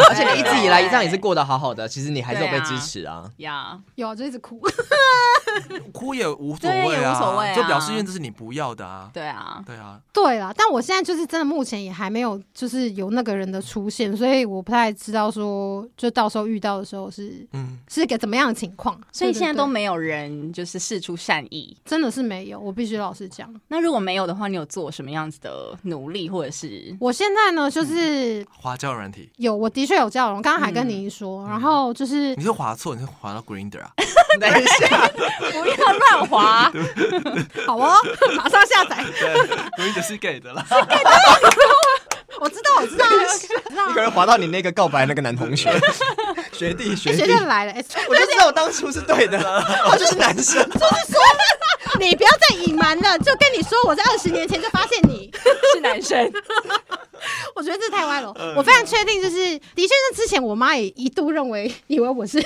C: 而且你一直以来这样也是过得好好的，其实你还是有被
F: 对啊
C: 支持啊。
F: 呀。
E: 有就一直哭，
A: 哭也无所
F: 对
A: 谓
F: 也无所谓啊
A: 就表示因为这是你不要的啊。
F: 对啊，
A: 对啊，
E: 对啦，但我现在就是真的目前也还没有就是有那个人的出现，所以我不太知道说就到时候遇到的时候是
A: 嗯，
E: 是个怎么样的情况。
F: 所以
E: 对对
F: 现在都
E: 对
F: 没有人就是试出善意。
E: 真的是没有，我必须老实讲。
F: 那如果没有的话，你有做什么样子的努力，或者是
E: 我现在呢
C: 嗯
E: 就是。
A: 花椒软体，
E: 有，我的确有交友，我刚刚还跟你
C: 嗯
E: 说，然后就是
A: 你是划错，你是划到 Grinder 啊？
C: 等一下，
F: 不要 乱滑？
E: 好哦， 马上下载。
A: 对，Grinder 是 gay 的 啦。
E: 我知道，我知道，我知道哎
C: 你可。能滑到你那个告白那个男 同学，学弟学
E: 哎学
C: 弟，
E: 院来了，哎、
C: 我就知道我当初是对 的，他就是男生。
E: 你不要再隐瞒了，就跟你说，我在二十年前就发现你。
F: 是男生，
E: 我觉得这太歪了，
A: 嗯
E: 我非常确定，就是的确是之前我妈也一度认为以 为我是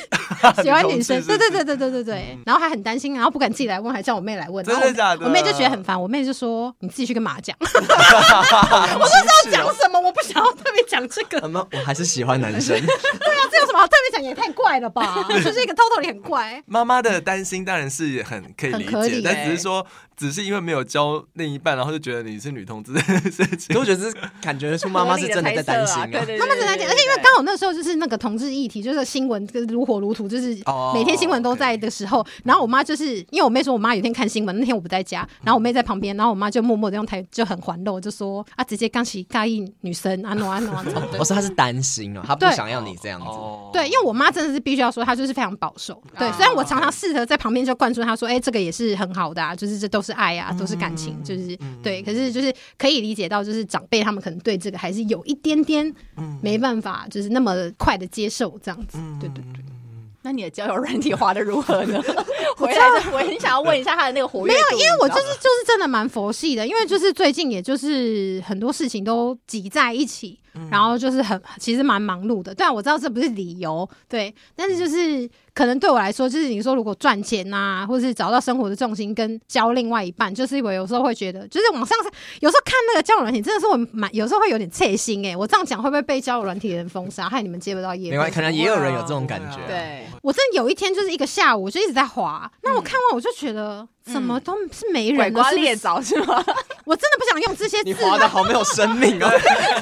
E: 喜欢女生，
A: 女同志是不是
E: 对对对对对对对，然后还很担心，然后不敢自己来问，还叫我妹来问，
A: 真的
E: 然后我
A: 假的
E: 我妹就觉得很烦，我妹就说你自己去跟妈讲，
C: 我不
A: 哦
E: 要讲什么，我不想要特别讲这 个，
C: 什么，我还是喜欢男 生。
E: 对啊，这有什么好特别讲，也太怪 了吧，就是一个偷偷里很怪。
A: 妈妈的担心当然是很可以理
E: 嗯很合
A: 解，
E: 理
A: 但
F: 欸
A: 只是说，只是因为没有教另一半，然后就觉得你是女同志 这件事
C: 可
A: 情
C: 我，觉得这感觉 出妈妈是真的在担心
F: 合理的猜测啊，对对对，
E: 他们只能讲，而且因为
F: 对
E: 刚好那时候就是那个同志议题，就是新闻就是如火如荼，就是
A: 哦
E: 每天新闻都在的时候，然后我妈就是因为我妹说，我妈有一天看新闻，那天我不在家，然后我妹在旁边，然后我妈就默默的用台语就很环绕，就说啊，直接刚起尬应女生啊，诺啊诺啊，这样
C: 我说他是担心哦，他不
E: 对
C: 想要你这样子。
A: 哦
E: 对，因为我妈真的是必须要说，她就是非常保守。对，
F: 啊
E: 虽然我常常试着在旁边就灌输她说，哎、这个也是很好的啊，就是这都是爱啊，都是感
F: 嗯
E: 情，就是、对。可是就是可以理解到，就是长辈他们可能对这个还是有一点点
F: 嗯
E: 没办法，就是那么快的接受这样子。
A: 嗯
E: 对
F: 嗯
E: 对对，
F: 那你的交友软体滑的如何呢？回来的， 我很想要问一下他的那个活跃
E: 没
F: 度
E: 有，因为我就是
F: 嗯你知道吗
E: 就是真的蛮佛系的，因为就是最近也就是很多事情都挤在一起，
C: 嗯
A: 嗯
E: 然后就是很其实蛮忙碌的。但我知道这不是理由，对，但是就是可能对我来说，就是你说如果赚钱呐、或是找到生活的重心跟交另外一半，就是我有时候会觉得，就是往上是有时候看那个交友软体，真的是我蛮有时候会有点刺心哎、我这样讲会不会被交友软体的人封杀，害你们接不到业？
C: 没关系，可能也有人有这种感觉。
A: 对啊
F: 对，
E: 我真的有一天就是一个下午，我就一直在滑，那
C: 嗯
E: 我看完我就觉得。怎么都是没人
F: 拐
E: 的，
F: 瓜
E: 是不是
F: 裂枣是吗？
E: 我真的不想用这些字。
C: 你
E: 我
C: 滑
E: 刚
C: 的好没有生命哦，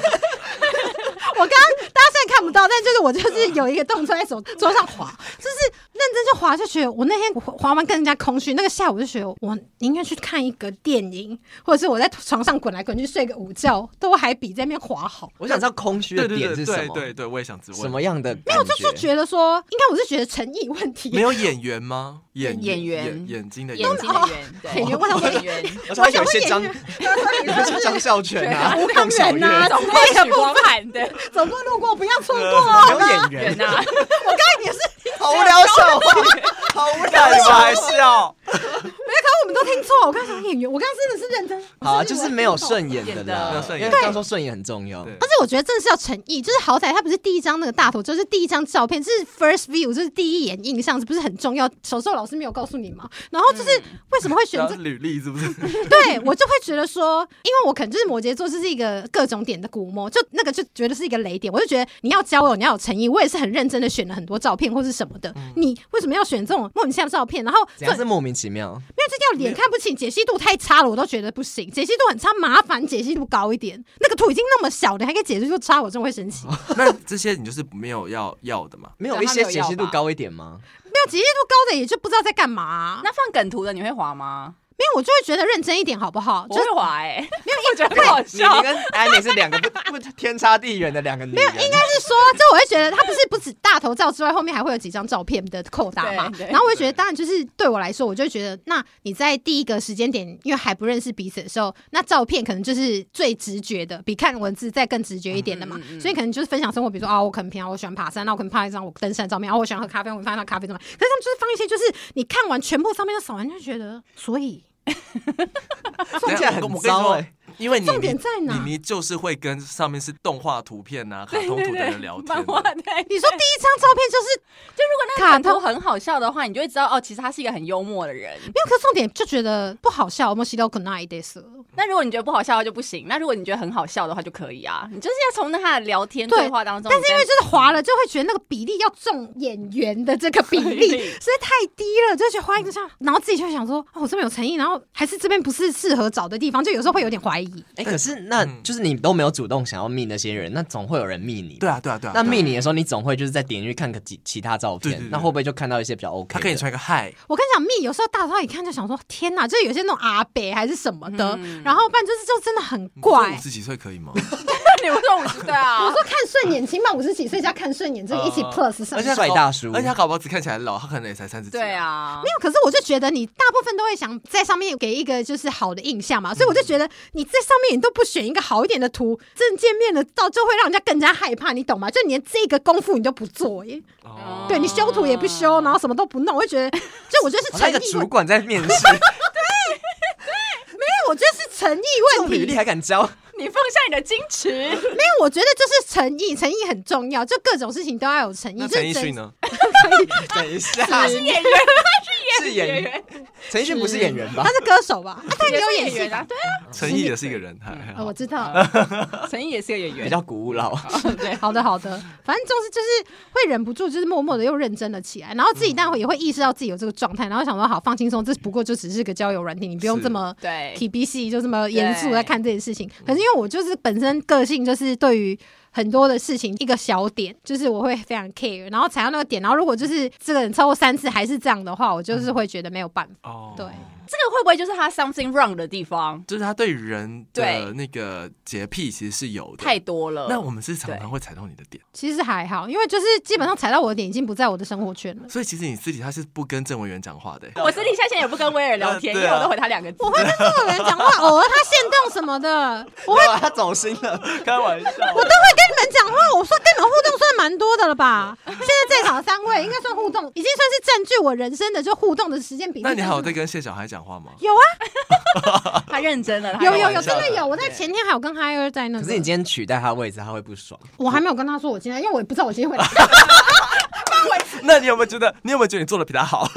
E: 刚大家现在看不到，但就是我就是有一个动作在手桌上滑，就是认真就滑就觉得我那天滑滑完更加空虚。那个下午就觉得我宁愿去看一个电影，或者是我在床上滚来滚去睡个午觉，都还比在那边滑好。
C: 我想知道空虚
A: 对
C: 的
A: 对
C: 点
A: 对
C: 是
A: 对
C: 什
A: 对
C: 么，
A: 对对，我也想质问，
C: 什么样的没
E: 没有，就是觉得说，应该我是觉得诚意问题。
A: 没有演员吗？演
F: 演员
A: 眼眼睛的
F: 眼睛
E: 哦
F: 的圆，对
E: 演员我想说
F: 演员，
C: 而且还有一些张，有一些张孝全啊，董小月，
E: 啊
F: 总共许光汉对
E: 走过路过不要错过哦。
C: 呃没有演
F: 人
C: 员，
F: 呐，
E: 我刚刚也是，
C: 好无聊笑话，好无 聊
A: 干嘛
C: 笑话。
A: 笑？
E: 没有，可能我们都听错。我刚刚想演员，我刚刚真的是认真。
C: 好啊，
E: 我
C: 就是
E: 以为
C: 没有
E: 听懂
C: 顺眼的
F: 没
A: 有
C: 啦，
A: 顺眼
C: 因为刚刚说顺眼很重要。
A: 对
E: 而且我觉得真的是要诚意，就是好歹他不是第一张那个大头，就是第一张照片，这是 first view，就是第一眼印象，是不是很重要？小时候老师没有告诉你嘛。然后就是为什么会选
A: 然
E: 这
A: 后履历是不是？
E: 对我就会觉得说，因为我可能就是摩羯座，就是一个各种点的古魔，就那个就觉得是一个雷点。我就觉得你要交友，你要有诚意。我也是很认真的选了很多照片或是什么的，你为什么要选这种莫名其妙的照片？然后
C: 怎
E: 就
C: 样是莫名其妙？
E: 没有，这叫脸看不清，解析度太差了，我都觉得不行。解析度很差，麻烦解析度高一点。那个图已经那么小了，还可以解析度差，我真的会生气。
A: 那这些你就是没有要要的嘛？
C: 没有一些解析度高一点吗？
E: 没有解析度高的也就不知道在干嘛、那
F: 那放梗图的你会滑吗？
E: 没有，我就会觉得认真一点好不好？
F: 我
E: 就是
F: 会滑哎，没有，我觉得很好
C: 你
F: 笑，
C: 你跟安妮是两个不不天差地远的两个女人，
E: 应该是说，就我会觉得他不是不止大头照之外，后面还会有几张照片的扣打嘛
F: 对。对
E: 然后我就觉得，当然就是对我来说，我就会觉得，那你在第一个时间点，因为还不认识彼此的时候，那照片可能就是最直觉的，比看文字再更直觉一点的
F: 嗯
E: 嘛。所以可能就是分享生活，比如说啊，我可能平常我喜欢爬山，那我可能拍一张我登山的照片，然啊后我喜欢喝咖啡，我放一张咖啡照片。可是他们就是放一些，就是你看完全部照片都扫完，就觉得，所以
C: 听起来
A: 我
C: 很
A: 跟你
C: 糟
A: 说
C: 哎。
A: 因为你
E: 欸重点在哪
A: 你你就是会跟上面是动画图片呐、卡通图的人聊天
F: 漫
A: 的。
F: 画对，
E: 你说第一张照片就是
F: 就如果那
E: 卡
F: 个图
E: 通
F: 很好笑的话，你就会知道哦，其实他是一个很幽默的人。
E: 没有，可是重点就觉得不好笑，我们洗到可那一得死。
F: 那如果你觉得不好笑的话就不行，那如果你觉得很好笑的话就可以啊。你就是要从他的聊天
E: 对
F: 对话当中，
E: 但是因为
F: 你再
E: 就是滑了，就会觉得那个比例要中演员的这个比例
F: 对
E: 实在太低了，就觉得滑一个上，然后自己就会想说，哦，我这边有诚意，然后还是这边不是适合找的地方，就有时候会有点怀疑。
C: 哎，可是那
A: 嗯
C: 就是你都没有主动想要密那些人，那总会有人密你。
A: 对啊，对啊，对啊。
C: 那
A: 对啊
C: 密你的时候，你总会就是再点进去看个其其他照
A: 对对
C: 片
A: 对，
C: 那会不会就看到一些比较 OK？
A: 他跟你
C: 的
A: 传一个嗨，
E: 我跟你讲，蜜有时候大到一看就想说，天哪，就是有些那种阿北还是什么的，
F: 嗯
E: 然后不然就是就真的很
A: 五
E: 怪。
A: 十几岁可以吗？
F: 你们这五十岁啊
E: 我，说看顺眼，起码五十几岁加看顺眼，这个一起
A: 呃
E: plus 上
A: 而且他搞
C: 帅大叔
A: 而且他搞不好只看起来老，他可能也才三十几。
F: 对，啊
E: 没，有，可是我就觉得你大部分都会想在上面给一个就是好的印象嘛，所以我就觉得你在上面你都不选一个好一点的图，真的见面了到就会让人家更加害怕，你懂吗？就你连这个功夫你都不做耶，
A: 哦，
E: 对你修图也不修，然后什么都不弄，我就觉得，就我觉得是
C: 好像
E: 诚意
C: 哦一个主
E: 问，
C: 管在面 试，
E: 对，我觉得是诚意 问
C: 用履
E: 题
C: 历，还敢交？
F: 你放下你的矜持，
E: 没有，我觉得就是诚意，诚意很重要，就各种事情都要有诚意。
A: 那
E: 就
A: 陈
E: 是
A: 奕
E: 真
A: 迅呢？
C: 等一下，
F: 演员
C: 是演员，陈奕迅不是演员吧
E: 他？是歌手 吧？啊，他
F: 也
E: 也有
F: 是
E: 演
F: 演
E: 戏
F: 员
E: 吧
F: 啊，？对
A: 陈奕也是一个人，还
E: 呃我知道。
F: 啊，陈毅也是个演员
C: 比，较古 老，
F: 对，
E: 好的，好的，反正总是就是会忍不住，就是默默的又认真了起来，然后自己当然也会意识到自己有这个状态，然后想说好放轻松，这不过就只是个交友软体，你不用
A: 是
E: 这么
F: 对
E: T B C 就这么严肃
F: 对
E: 在看这件事情。可是因为我就是本身个性就是对于。很多的事情，一个小点就是我会非常 care，然后踩到那个点，然后如果就是这个人超过三次还是这样的话，我就是会觉得没有办法。
A: 哦
E: 对，
F: 这个会不会就是他 something wrong 的地方
A: 就是他对人的
F: 对
A: 那个洁癖其实是有的。
F: 太多了？
A: 那我们是常
F: 对
A: 常会踩到你的点，
E: 其实还好，因为就是基本上踩到我的点已经不在我的生活圈了。
A: 所以其实你私底下是不跟郑文元讲话的、
F: 我私底下现在也不跟威尔聊天，因
A: 呃对
F: 为
A: 啊
F: 我都回他两个字。
E: 我会跟这种人讲话，偶尔他限动什么的，我会
C: 哇，他走心了，开玩笑。
E: 我都会跟你们讲话，我说跟你们互动算蛮多的了吧？现在在场三位应该算互动，已经算是占据我人生的就互动的时间比例。
A: 那你还有在跟谢小孩讲话吗？
E: 有啊，
F: 他认真了，他
E: 有有
F: 认真
E: 有，真的有。我在
F: 对
E: 前天还有跟嗨儿在那
C: 可
E: 个，
C: 是你今天取代他的位置，他会不爽。
E: 我还没有跟他说我今天，因为我也不知道我今天会来。
A: 那你有没有觉得，你有没有觉得你做的比他好？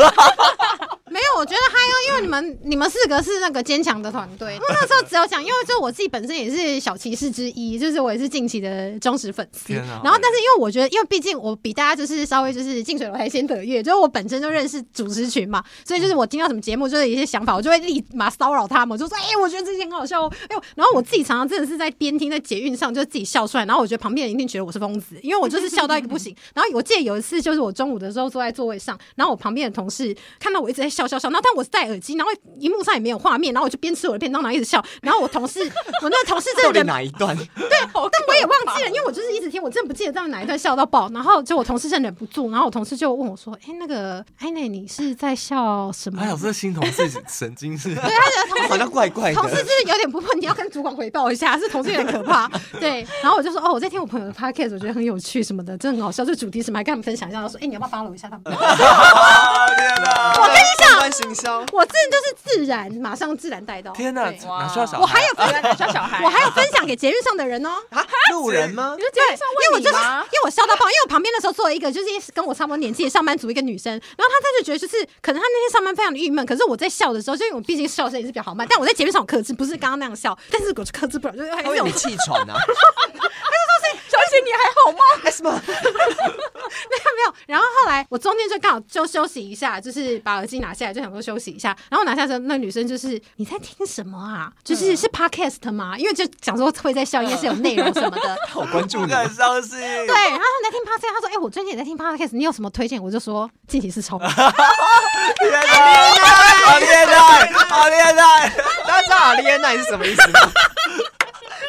E: 没有，我觉得嗨哦，因为你们你们四个是那个坚强的团队。因为那时候只有讲，因为就我自己本身也是小骑士之一，就是我也是近期的忠实粉丝。
A: 天啊
E: 然后，但是因为我觉得，因为毕竟我比大家就是稍微就是近水楼台先得月，就是我本身就认识主持群嘛，所以就是我听到什么节目就是有一些想法，我就会立马骚扰他们，我就说哎、我觉得这些很好笑哦，哎、呦，然后我自己常常真的是在边听在捷运上就自己笑出来，然后我觉得旁边人一定觉得我是疯子，因为我就是笑到一个 不行。然后我记得有一次就是我中午的时候坐在座位上，然后我旁边的同事看到我一直在笑笑笑，然后但我是戴耳机，然后荧幕上也没有画面，然后我就边吃我的便当然后一直笑，然后我同事我那个 同事真
C: 到
E: 的
C: 底
E: 忍
C: 哪一段？
E: 但我也忘记了，因为我就是一直听，我真的不记得到底哪一段笑到爆。然后就我同事真的忍不住，然后我同事就问我说：“哎、那个艾内，你是在笑什么
A: 哎？”呀，这新同事神经是，
E: 对，他的同
C: 哎好
E: 事
C: 像怪怪
E: 同事
C: 的。
E: 就是有点不碰，你要跟主管回报一下，是同事有点可怕。对，然后我就说：“哦，我在听我朋友的 podcast，我觉得很有趣什么的，真的很好笑。这主题什么，还跟他们分享一下。”他说：“哎、你要不要 follow 一下他们？”
A: 天哪，
C: 我跟你讲，关行销，
E: 我真的就是自然，马上自然带到。
A: 天哪，
E: 对
A: 哪需要小孩？啊
E: 我还有分，
F: 对，小小孩，
E: 我还有分享给捷运上的人哦。
C: 啊路人吗？
F: 你就接上
E: 因为我
F: 问你
E: 就是
F: 吗？
E: 因为我笑到爆，因为我旁边那时候坐了一个就是跟我差不多年纪的上班族一个女生，然后她她就觉得就是可能她那天上班非常的郁闷，可是我在笑的时候，就因为我毕竟笑声也是比较好慢，但我在节目上有克制，不是刚刚那样笑，但是我就克制不了，就是还
C: 他
E: 哎是
C: 会
E: 有
C: 你气喘啊？
F: 小姐你还好 吗？
C: 哎什么？
E: 没有。然后后来我中间就刚好就休息一下，就是把耳机拿下来，就想说休息一下。然后拿下之后，那女生就是你在听什么啊？
C: 嗯
E: 就是是 podcast 吗？因为就想说会在笑，应该是有内容什么 的。
C: 好关注
A: 不
C: 你。
A: 敢相信。
E: 对，然后他们在听 podcast，他说：“哎、我最近也在听 podcast，你有什么推荐？”我就说：“近期是 超。”
A: 天哪，好恋爱，好恋爱，
C: 大家知道阿恋奈是什么意思吗？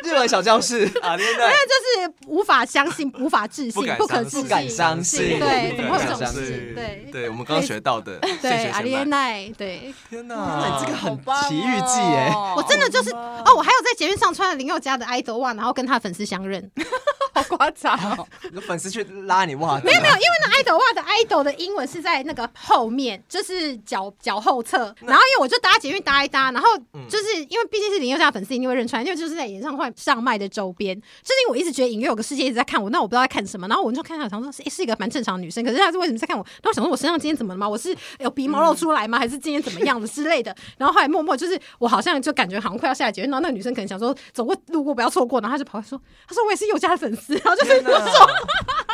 C: 日文小教室，
A: 好恋 爱。
E: 那就是无法相信、无法置
A: 不
E: 信、
A: 敢
E: 不可
A: 相
E: 置
A: 信
E: 信、
C: 不敢相信
E: 对，
C: 不
E: 怎
C: 敢
E: 么会有这
C: 相信
E: 种事？对
A: 对，我们刚刚学到的，现
E: 对，
A: 学
E: 阿
A: 现
E: 丽安
A: 卖。
E: 奈，对
A: 天
C: 那
A: 哪，
C: 你这个很
F: 棒哦
C: 奇遇记耶
E: 哦我真的就是哦，我还有在节目上穿了林宥嘉的 idol 袜，然后跟他的粉丝相认，
F: 好夸张哦！
C: 你的粉丝去拉你袜子，
E: 没有没有，因为那 idol 袜的 idol 的英文是在那个后面，就是脚脚后侧。然后因为我就搭捷运搭一搭，然后就是因为毕竟是林宥嘉的粉丝，一定会认出来，因为就是在演唱会上卖的周边。最近我一直觉得隐约有个世界一直在看我，那我不知道在看什么。然后我就看她，想说是、诶是一个蛮正常的女生，可是她是为什么在看我？然后我想说我身上今天怎么了吗？我是有鼻毛露出来吗？还是今天怎么样的之类的？然后后来默默就是我好像就感觉好像快要下捷运，然后那个女生可能想说走过路过不要错过，然后她就跑来说，她说我也是宥嘉的粉丝，然后就
A: 天
E: 是
A: 哪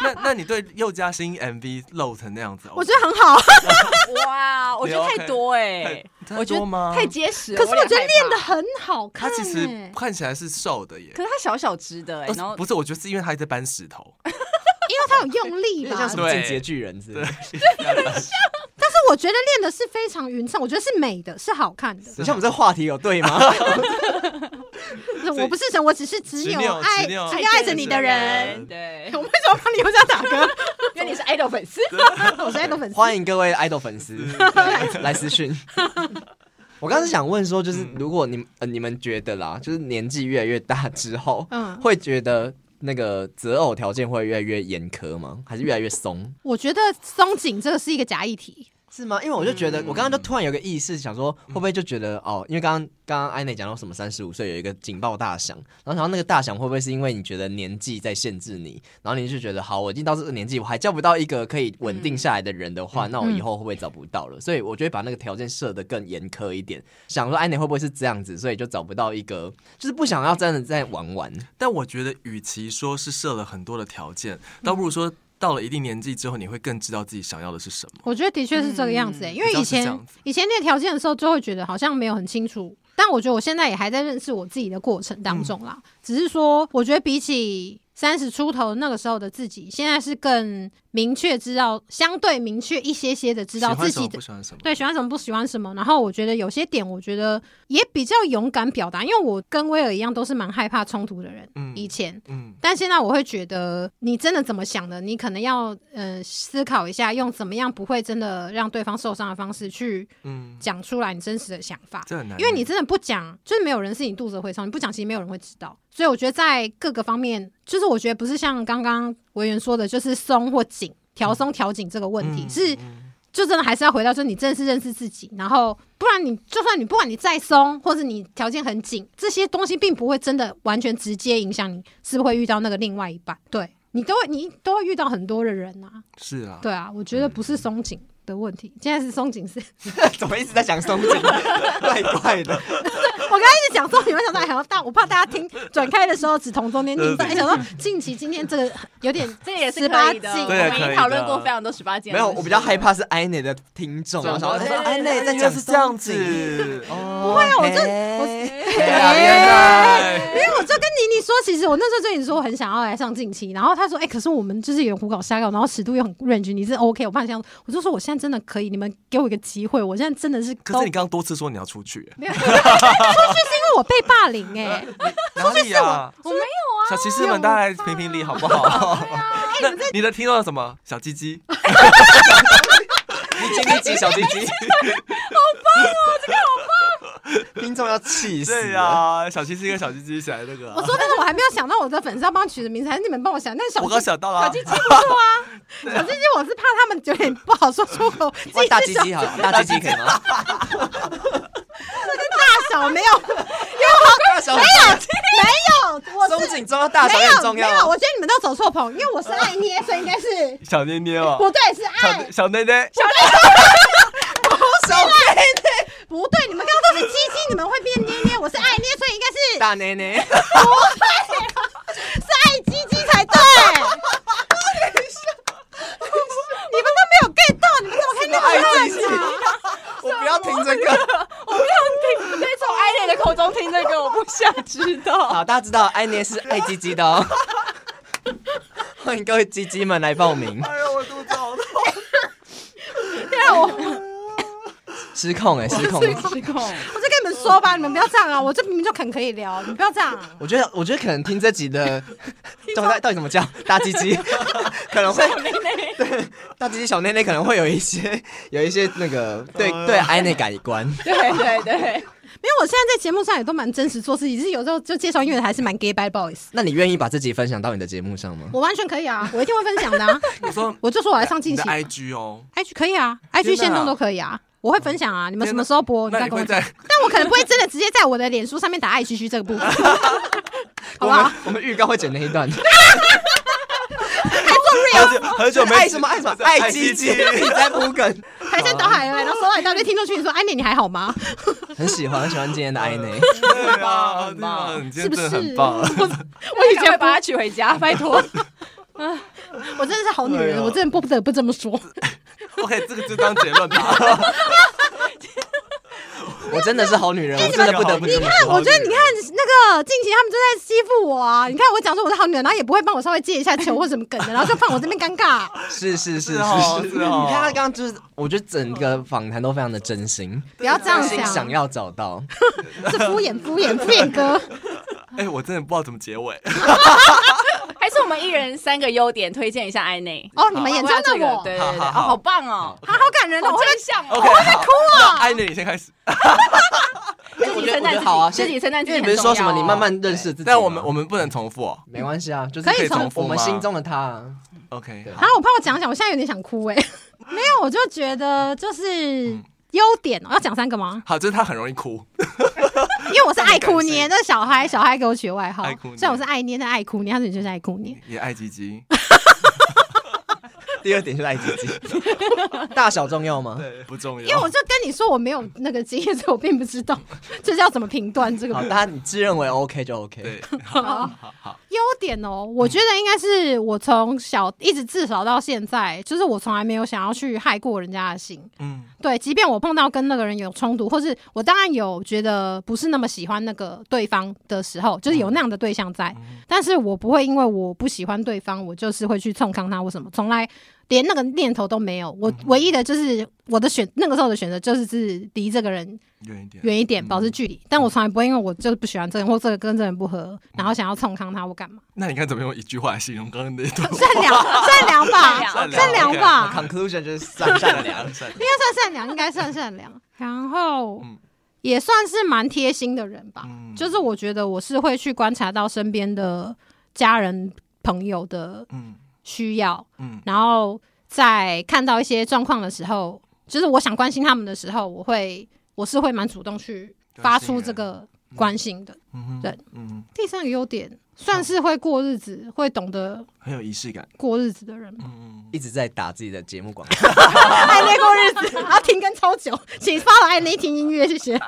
A: 那那你对佑嘉欣 MV 露成那样子，
E: 我觉得很好。
F: 哇，我觉得太多哎，
A: 太
F: 我觉
A: 太多吗
F: 得太结实了。
E: 可是我觉得
F: 有点害
E: 练的
F: 怕，
E: 很好看、
A: 他
E: 欸，
A: 其 实看起来是瘦的耶
F: 可，是他小小只的哎，
A: 呃
F: 然后
A: 不是，我觉得是因为他一直在搬石头，
E: 因为他有用力
C: 有点。
E: 嘛
C: 像什么
A: 对
C: 进阶巨人之类的。
E: 但是我觉得练的是非常匀称，我觉得是美的，是好看的。
C: 等一下，我们这个话题有对吗？
E: 我不是神，我只是执
A: 执
E: 拗
A: 拗
E: 爱
A: 执拗
E: 只要爱着你的人。
F: 对
E: 我，为什么帮你留下打歌？
F: 因为你是 idol 粉丝，
E: 我是爱豆粉 丝。
C: 欢迎各位爱豆粉丝来私讯。我刚是想问说，就是如果你们呃你们觉得啦，就是年纪越来越大之后，
E: 嗯
C: 会觉得那个择偶条件会越来越严苛吗？还是越来越松？
E: 我觉得松紧这个是一个假议题，
C: 是吗？因为我就觉得，我刚刚就突然有个意识，想说会不会就觉得哦，因为刚刚刚刚安内讲到什么三十五岁有一个警报大响，然后想到那个大响会不会是因为你觉得年纪在限制你，然后你就觉得好，我已经到这个年纪，我还交不到一个可以稳定下来的人的话，那我以后会不会找不到了？所以我就会把那个条件设得更严苛一点，想说安内会不会是这样子，所以就找不到一个，就是不想要真的在玩玩，
A: 但我觉得与其说是设了很多的条件，倒不如说到了一定年纪之后，你会更知道自己想要的是什么。
E: 我觉得的确是这个样子、欸因为
A: 嗯比较
E: 以
A: 是这
E: 前
A: 样子
E: 以前列条件的时候，就会觉得好像没有很清楚。但我觉得我现在也还在认识我自己的过程
A: 嗯
E: 当中啦，只是说，我觉得比起三十出头那个时候的自己，现在是更明确知道，相对明确一些些的知道
A: 喜欢
E: 自
A: 什么
E: 己的
A: 不喜欢什么，
E: 对，喜欢什么不喜欢什么。然后我觉得有些点，我觉得也比较勇敢表达，因为我跟威尔一样，都是蛮害怕冲突的人。
A: 嗯
E: 以前，
A: 嗯，
E: 但现在我会觉得，你真的怎么想的，你可能要呃思考一下，用怎么样不会真的让对方受伤的方式去
A: 嗯，
E: 讲出来你真实的想法。
A: 这很难，
E: 因为你真的不讲，就是没有人是你肚子的蛔虫，你不讲，其实没有人会知道。所以我觉得在各个方面，就是我觉得不是像刚刚委员说的，就是松或紧、调松调紧这个问题，
A: 嗯
E: 是就真的还是要回到，就是你真的是认识自己，然后不然你就算你不管你再松，或者你条件很紧，这些东西并不会真的完全直接影响你是不是会遇到那个另外一半。对你都会你都会遇到很多的人啊，
A: 是啊，
E: 对啊，我觉得不是松紧的问题，现在是松紧是。
C: 怎么一直在想 松紧，哎怪怪的。
E: 我刚刚一直讲说，你们想到还要大，我怕大家听转开的时候只同中间听到，
A: 对
E: 还想说近期今天这个有点
F: 这个也是
E: 十八
F: 可
E: 禁
F: 以的。我
A: 对也
F: 们
A: 可以
F: 已
A: 的
F: 经讨论过非常多十八禁的
C: 没
F: 东西。
C: 有，我比较害怕是安内的听众，然后想说
F: 对对对
C: 安内在
A: 原来
C: 讲
A: 是这
C: 松
A: 样
C: 紧
A: 子，哦
C: 不
A: 哎
C: 会啊，我就我
E: 哎
A: 原
E: 因为我就跟妮妮说，其实我那时候就跟你说我很想要来上近期，然后她说，哎、可是我们就是有胡搞瞎搞，然后尺度又很 range，你是 OK，我怕你这样，我就说我现在真的可以，你们给我一个机会，我现在真的是
A: 可
E: 都
A: 是你刚刚多次说你要出去，
E: 没有出去是因为我被霸凌哎、
A: 哪里啊？
E: 我没有
A: 小骑士们，大家来评评理好不好？
E: 哎
A: 那你的听到了什么？小鸡鸡，
C: 你经历几小鸡 鸡，好棒哦，这个
E: 哦
C: 好棒！听众要气死
A: 对
C: 了。
A: 呀，小骑士跟小鸡鸡起来那个
E: 我
A: 啊，
E: 说真的，我还没有想到我的粉丝要帮我取的名字，还是你们帮我想？那小
A: 我刚想到了
E: 小
A: 啊
E: 鸡，鸡不错啊，小鸡鸡我是怕他们有点不好说出口，自己
C: 哇，
E: 是
C: 大鸡
E: 小
C: 鸡好了，大鸡鸡可以 吗？
E: 大小没有
C: 大小没
E: 没有，我
C: 松
E: 是
C: 紧重要，大小
E: 没
C: 也很
E: 有
C: 重
E: 没有，
C: 要。啊
E: 我觉得你们都走错棚，因为我是爱捏，所以应该是
A: 小捏捏哦，
E: 不对，是爱
A: 小小捏捏，
C: 小
E: 不对，你们刚刚都是鸡鸡，你们会变捏 捏，我是爱捏，所以应该是
C: 大奶奶，
E: 是爱鸡鸡才对。你们都没有 get 到，你们怎么可以那么
C: 爱
E: 乱
C: 鸡鸡
E: 讲？，
C: 我不要听这个。
F: 可以从爱恋的口中听这个，我不想知道。
C: 好，大家知道安妮是爱鸡鸡的哦。 欢迎各位鸡鸡们来报名，
A: 哎呦，我肚子好痛，
E: 哎
C: 失控哎，失控了。
F: 失控。
E: 我就跟你们说吧，你们不要这样啊！我这明明就很可以聊，你们不要这样、啊。
C: 我觉得，我觉得可能听这集 的到底到底怎么叫大鸡 鸡，可能会对大鸡鸡小内呃内可能会有一些有一些那个对对安内改观。
F: 对对对，
E: 没有，我现在在节目上也都蛮真实做自己，只是有时候就介绍音乐还是蛮 gay bye boys。
C: 那你愿意把自己分享到你的节目上吗？
E: 我完全可以啊，我一定会分享的、啊。
A: 你说
E: 我就说我来上
A: 你
E: 进
A: 的
E: 期
A: IG 哦，
E: ，IG 可以啊
A: 天
E: ，IG
A: 哪
E: 限动都可以啊，我会分享啊。你们什么时候播？
A: 那
E: 再
A: 你
E: 跟
A: 会
E: 我
A: 在
E: 讲。但我可能不会真的直接在我的脸书上面打爱区区这个部 分，好不好？
C: 我们预告会剪啊 那一段。
E: 啊
A: 很久很久没
C: 爱什么爱什么爱鸡鸡，
A: 对
C: 你在铺梗，
E: 排山倒海了，然后收到一大堆听众群说：“安哎妮，你还好吗？
C: 很喜欢很喜欢今天的 I 内。
A: 啊，
F: 很
A: 对啊，
F: 棒
A: 你今
E: 是
A: 天
E: 不
A: 真
E: 是
A: 的？”很棒。
F: 我以前把他娶回家，拜托。
E: 我真的是好女
A: 哎
E: 人，
A: 呦
E: 我真的不得不这么说。
A: OK，这个就当结论吧。
C: 我真的是好女人，我真的不得不这么
E: 我
C: 说。
E: 觉得 你看那个近期他们就在欺负我啊！ 你看我讲说我是好女人，然后也不会帮我稍微接一下球或什么梗的，然后就放我这边尴 尬。
C: 是是是
A: 是哦
C: 是
A: 是哦
C: 你看他刚刚就是，我觉得整个访谈都非常的真心，
E: 不要这样
C: 真心想
E: 啊想，
C: 要找到。
E: 是敷衍敷衍敷衍 哥。
A: 哎，我真的不知道怎么结
C: 哦
A: 尾。
F: 还是我们一人三个优点推荐一下艾内。
E: 哦，你们眼中
F: 要
E: 的
F: 这个
E: 我，
F: 对
E: 啊，
F: 对对，
A: 好
F: 哦，
A: 好好
F: 好棒哦，
E: 好感人哦！
F: 好
E: 我会
F: 真相哦
A: OK，。好，那艾妮，你先开始。
F: 自己称赞
C: 我觉
F: 自
C: 得
F: 己，
C: 好啊
F: 自己称赞自
C: 因
F: 己
C: 为
F: 很
C: 你不
F: 重要哦。
C: 是说什么你慢慢认识自己吗，
A: 但我们我们不能重复哦。
C: 没关系啊，就是
E: 可以
A: 重
C: 从
A: 复
C: 我们
A: 吗
C: 心中的他啊。
A: OK，
C: 对
A: 好
E: 啊，我怕我讲讲，我现在有点想 哭哎。没有，我就觉得就是优点哦，要讲三个吗？
A: 好，就是他很容易哭。
E: 因为我是爱哭捏，那小孩小孩给我取的外号
A: 爱哭，捏嗯
E: 虽然我是爱捏，但爱哭捏，他说你就是爱哭捏。
A: 也爱鸡鸡，
C: 第二点就是爱自己， 大小重要吗？
A: 对，不重要。
E: 因为我就跟你说我没有那个经验，所以我并不知道 就是要怎么评断这个部
C: 好，
E: 分。
C: 大家你自认为 OK 就 OK。
A: 对，
E: 优点哦，我觉得应该是我从小一直自少到现在，就是我从来没有想要去害过人家的心。
A: 嗯，
E: 对，即便我碰到跟那个人有冲突，或是我当然有觉得不是那么喜欢那个对方的时候，就是有那样的对象在，
A: 嗯
E: 但是我不会因为我不喜欢对方，我就是会去冲康他或什么，从来连那个念头都没有。
A: 嗯
E: 我唯一的就是我的选那个时候的选择就是是离这个人
A: 远一点，
E: 远一点，
A: 嗯
E: 保持距离。但我从来不会因为我就是不喜欢这个人或这个跟这个人不合，然后想要冲康他或干 嘛。？
A: 那你看怎么用一句话来形容刚刚那一段
C: 哦
E: 善良，善良吧，
F: 善良
E: 善良吧，应
C: Conclusion 就是善善 良，
A: 善良，
E: 该算善良，应该算善良。然后
A: 嗯
E: 也算是蛮贴心的人吧，
A: 嗯
E: 就是我觉得我是会去观察到身边的家人朋友的
A: 嗯
E: 需要，
A: 嗯
E: 然后在看到一些状况的时候，就是我想关心他们的时候，我会我是会蛮主动去发出这个关心的。
A: 嗯哼，
E: 对
A: 嗯，
E: 第三个优点算是会过日子，会懂得
A: 很有仪式感，
E: 过日子的人。
A: 嗯，
C: 一直在打自己的节目广告。
E: 爱恋过日子，然后停更超久， 请发来爱恋听音乐，谢谢。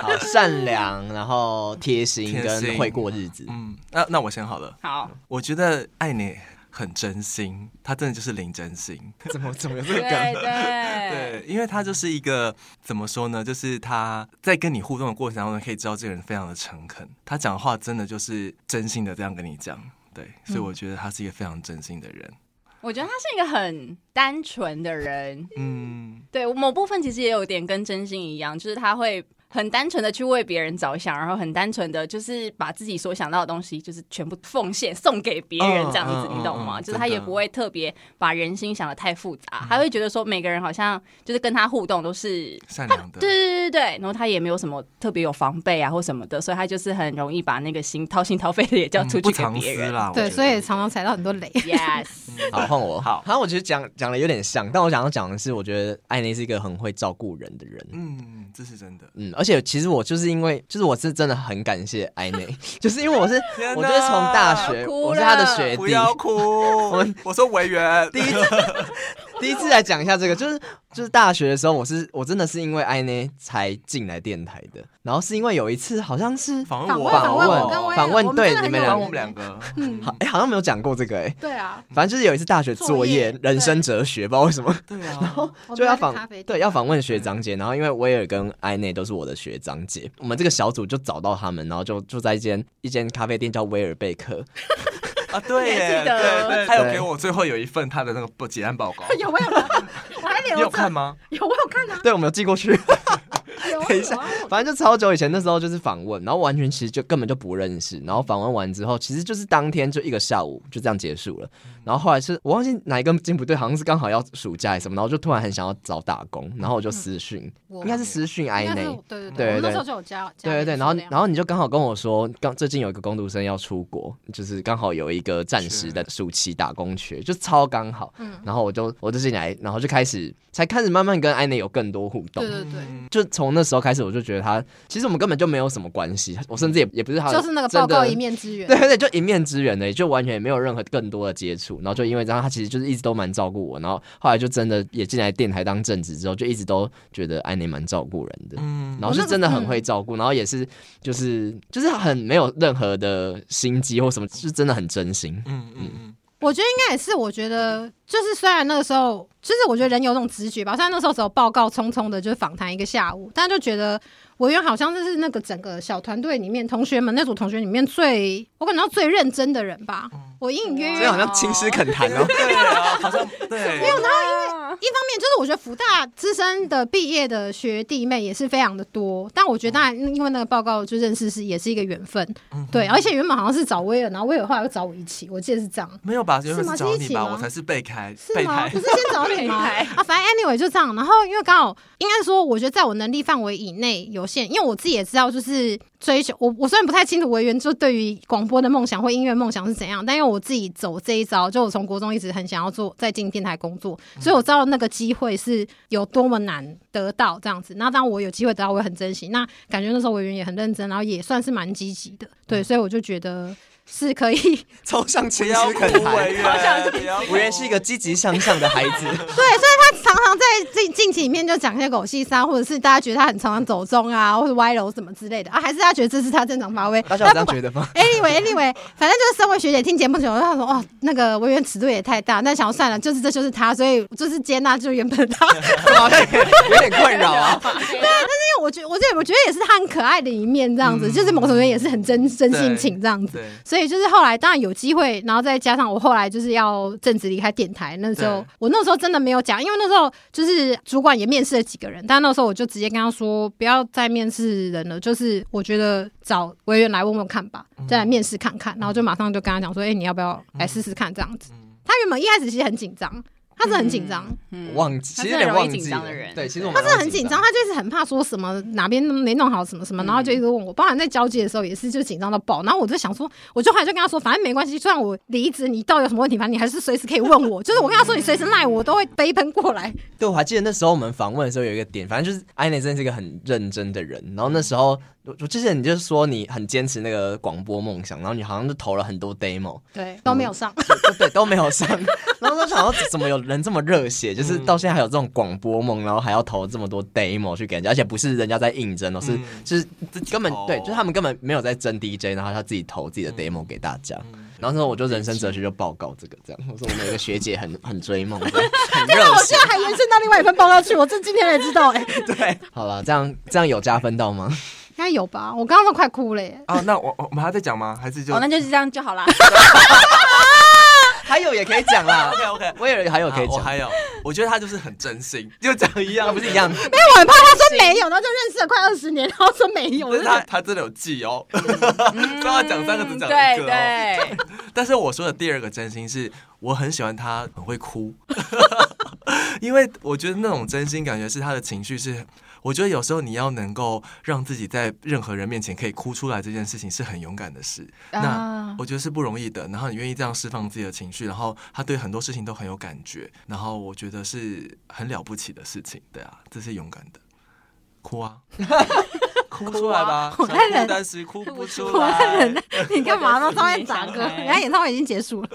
C: 好，善良，然后贴心
A: 贴心
C: 跟会过日子。
A: 嗯，那那我先好了，
F: 好，
A: 我觉得爱你很真心，他真的就是零真心，
C: 怎么怎么有 这
F: 对对
A: 对，因为他就是一个怎么说呢？就是他在跟你互动的过程当中，可以知道这个人非常的诚恳，他讲话真的就是真心的这样跟你讲。对，所以我觉得他是一个非常真心的人。
F: 我觉得他是一个很单纯的人，
A: 嗯，
F: 对某部分其实也有点跟真心一样，就是他会很单纯的去为别人着想，然后很单纯的就是把自己所想到的东西就是全部奉献送给别人
A: 嗯
F: 这样子，
A: 嗯
F: 你懂吗？
A: 嗯嗯
F: 就是他
A: 真的
F: 也不会特别把人心想的太复
C: 嗯
F: 杂，他会觉得说每个人好像就是跟他互动都是。
A: 善良的
F: 对，对对对，然后他也没有什么特别有防备啊或什么的，所以他就是很容易把那个心掏心掏肺的也叫
A: 嗯
F: 出
A: 不
F: 去给
A: 藏
F: 别
A: 私
F: 人。
A: 啦。我
E: 对，
A: 觉
E: 所以
A: 得
E: 常常踩到很多雷。
F: Yes，
C: 好，换我。
A: 好
C: 然后我其实讲讲的有点像，但我想要讲的是，我觉得艾内是一个很会照顾人的人。
A: 嗯，这是真的。
C: 嗯，而且其实我就是因为，就是我是真的很感谢艾内，就是因为我是，
A: 天哪
C: 我就是从大学，
F: 我哭了
C: 我是他的学
A: 不
C: 弟，
A: 要哭，我我说委员，
C: 第一次第一次来讲一下这个，就是就是大学的时候，我是我真的是因为艾内才进来电台的，然后是因为有一次好像是
A: 访问
E: 访
A: 我，
E: 问
C: 访问
E: 我跟
C: 访
E: 威
C: 问
E: 尔
C: 访问
E: 我们
C: 对
E: 真的
C: 你
E: 很
C: 们
E: 有
C: 两
A: 访问我
E: 缘
A: 们两个，嗯
C: 好哎、好像没有讲过这个哎、
E: 对啊，
C: 反正就是有一次大学作业
E: 作业
C: 人生哲学，不知道为什么
A: 对啊，
E: 我们
C: 就要
E: 在
C: 访
E: 咖啡店嗯
C: 对要访问学长姐，然后因为威尔跟艾内都是我的学长姐，我们这个小组就找到他们，然后就就在一间一间咖啡店叫威尔贝克，
A: 啊对耶，
F: 记得
A: 对对，他有给我最后有一份他的那个报结案报告，
E: 有我有，我还
A: 你有
E: 留着
A: 看，吗？
E: 有我有看啊，
C: 对，我们有寄过去，
E: 有
C: 等一下，反正就超久以前，那时候就是访问，然后完全其实就根本就不认识，然后访问完之后，其实就是当天就一个下午就这样结束了。
E: 嗯
C: 然后后来是我忘记哪一个进部队，好像是刚好要暑假还是什么，然后就突然很想要找打工，然后我就私讯，
E: 我
C: 应该是私讯
E: 嗯应
C: I
E: 该是
C: n
E: 我对对
C: 对
E: 对，我们
C: 对
E: 那时候就有加，加
C: 对对对，
E: 脸
C: 然后
E: 书这样
C: 然后你就刚好跟我说，刚最近有一个工读生要出国，就是刚好有一个暂时的暑期打工缺，就超刚好。
E: 嗯
C: 然后我就我就进来，然后就开始才开始慢慢跟艾内有更多互动
E: 对。对对，
C: 就从那时候开始，我就觉得他其实我们根本就没有什么关系，我甚至也也不是他的，
E: 嗯就是那个报告一
C: 面。
E: 面之缘
C: 对。对对，就一面之缘的，就完全也没有任何更多的接触。然后就因为这样，他其实就是一直都蛮照顾我。然后后来就真的也进来电台当正职之后，就一直都觉得安妮蛮照顾人的。
A: 嗯，
C: 然后是真的很会照顾，然后也是就是就是很没有任何的心机或什么，是真的很真心。
A: 嗯嗯嗯，
E: 我觉得应该也是，我觉得就是虽然那个时候，就是我觉得人有种直觉吧，虽然那时候只有报告匆匆的，就是访谈一个下午，但就觉得委员好像就是那个整个小团队里面同学们那组同学里面最，我感觉到最认真的人吧。我隐隐约约，一
C: 嗯所以
E: 方
C: 好像轻诗恳谈哦。
A: 对啊，好像对，没有那
E: 面就是我觉得福大资深的毕业的学弟妹也是非常的多，但我觉得当
C: 嗯
E: 然因为那个报告就认识是也是一个缘分，
A: 嗯
E: 对，而且原本好像是找威尔，然后威尔后来又找我一起，我记得是这样。
A: 没有吧？原
E: 是
A: 本
E: 吗
A: 是找
E: 是一
A: 你
E: 起
A: 吧，
E: 吗
A: 我才是备胎，
E: 是
A: 备胎
E: 吗？不。是先找你吗？
F: 备
E: 啊，反正 anyway 就这样。然后因为刚好应该说，我觉得在我能力范围以内有限，因为我自己也知道，就是追求我我虽然不太清楚维园就对于广播的梦想或音乐梦想是怎样，但因为我自己走这一招，就我从国中一直很想要做在进电台工作，
A: 嗯
E: 所以我知道那个机会是有多么难得到这样子。那当我有机会得到，我也很珍惜。那感觉那时候维园也很认真，然后也算是蛮积极的，
A: 嗯
E: 对，所以我就觉得是可以。
C: 抽象轻
A: 不要
C: 诗
A: 哭
C: 恳
A: 委
C: 谈。
A: 员，不要哭
C: 吴源是一个积极向上的 孩子，
E: 常常在近近期里面就讲一些狗戏三，或者是大家觉得他很常常走中啊，或者歪楼什么之类的啊，还是他觉得这是他正常发挥。
C: 大家有这样觉得 吗？
E: anyway anyway，反正就是身为学姐听节目久了，她说哦，那个委员尺度也太大，但想要算了，就是这就是他，所以就是接纳就原本的 他。
C: 好像有点困扰啊。
E: 因为我觉得我这我觉得也是他很可爱的一面，这样子，
A: 嗯
E: 就是某种人也是很真真性情这样子。
A: 对，
E: 所以就是后来当然有机会，然后再加上我后来就是要正职离开电台，那时候
A: 对
E: 我那时候真的没有讲，因为那时候就是主管也面试了几个人，但那时候我就直接跟他说不要再面试人了，就是我觉得找委员来问问看吧，再来面试看看，然后就马上就跟他讲说，哎、你要不要来试试看这样子？他原本一开始其实很紧张，他是很紧张。
F: 嗯
C: 忘记，
F: 他
C: 其实
F: 是
C: 有点
F: 很容
C: 忘
F: 易
C: 记
F: 紧张的
C: 了
F: 人，
C: 对，其实我
E: 他
C: 们
E: 真的很紧张，。嗯他就是很怕说什么哪边没弄好什么什么，然后就一直问我。包含在交接的时候也是，就紧张到爆。然后我就想说，我就后来就跟他说，反正没关系，就算我离职，你到底有什么问题，反正你还是随时可以问我。就是我跟他说，你随时赖我，我都会飞奔过来。
C: 对，我还记得那时候我们访问的时候有一个点，反正就是艾内真的是一个很认真的人。然后那时候我我之前你就说你很坚持那个广播梦想，然后你好像就投了很多 demo，
E: 对，都没有上。
C: 就对，都没有上。然后我就想到怎么有人这么热血，就是到现在还有这种广播梦，然后还要投这么多 demo 去给人家，而且不是人家在应征哦，是、
A: 嗯
C: 就是
A: 自己
C: 根本
A: 投
C: 对，就是他们根本没有在争 DJ，然后他自己投自己的 demo 给大家。然后那时候我就人生哲学就报告这个，这样我说我们有一个学姐很很追梦，这样很热
E: 我
C: 血
E: 现。在还延伸到另外一份报告去，我这今天才知道、哎， 应
C: 对，好了，这样这样有加分到吗？
E: 该有吧？我刚刚都快哭了、耶。
A: 啊，那我我我们还在讲吗？还 是就
F: 哦，那就是这样就好 啦。
C: 还有也可以讲啦，
A: OK OK，
C: 我也还有可以
A: 啊我
C: 讲，
A: 还有，我觉得他就是很真心，就讲一样，
C: 不是一样，
E: 因为我很怕啊他说没有，然后就认识了快二十年，然后说没有。
A: 不是 他，他真的有记哦，知 道他讲三个字讲一
F: 对
A: 个哦。
F: 对，
A: 但是我说的第二个真心是，我很喜欢他很会哭， 因为我觉得那种真心感觉是他的情绪是，我觉得有时候你要能够让自己在任何人面前可以哭出来这件事情是很勇敢的事，那
F: 啊
A: 我觉得是不容易的。然后你愿意这样释放自己的情绪，然后他对很多事情都很有感觉，然后我觉得是很了不起的事情，对啊，这是勇敢的，哭 啊。哭出来吧！
E: 我看
A: 想
E: 人
A: 哭但是 哭不出
E: 我看
A: 来
E: 人。你干嘛呢？
F: 我觉得是
E: 稍微打歌，人家演唱会已经结束了。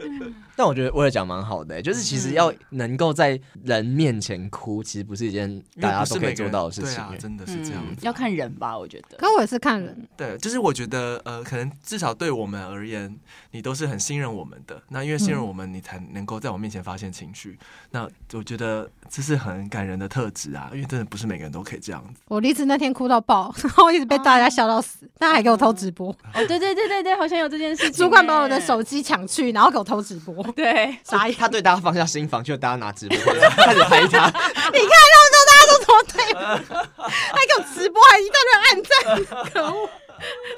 C: 但我觉得我也讲蛮好的、欸就是其实要能够在人面前哭，其实不是一件
A: 因为
C: 大家
A: 不是
C: 都可
A: 每
C: 以
A: 个
C: 做
A: 人
C: 到的事
A: 对
C: 情、欸
A: 啊，真的 是这样
F: 嗯
A: 子。，
F: 要看人吧，我觉得。
E: 可我也是看人，
A: 对，就是我觉得呃，可能至少对我们而言，你都是很信任我们的。那因为信任我们，你才能够在我面前发现情绪。那我觉得这是很感人的特质啊，因为真的不是每个人都可以这样子。
E: 我离职那天哭到爆， 然后一直被大家笑到死，大家还给我偷直播，
F: 哦，对对对对对，好像有这件事情耶。
E: 主管把我的手机抢去，然后给我偷直播。
F: 对，
C: 他对大家放下心防，就大家拿直播开始拍他，
E: 你看，到时候大家都怎么对不对，还给我直播，还一大堆人按赞，可恶，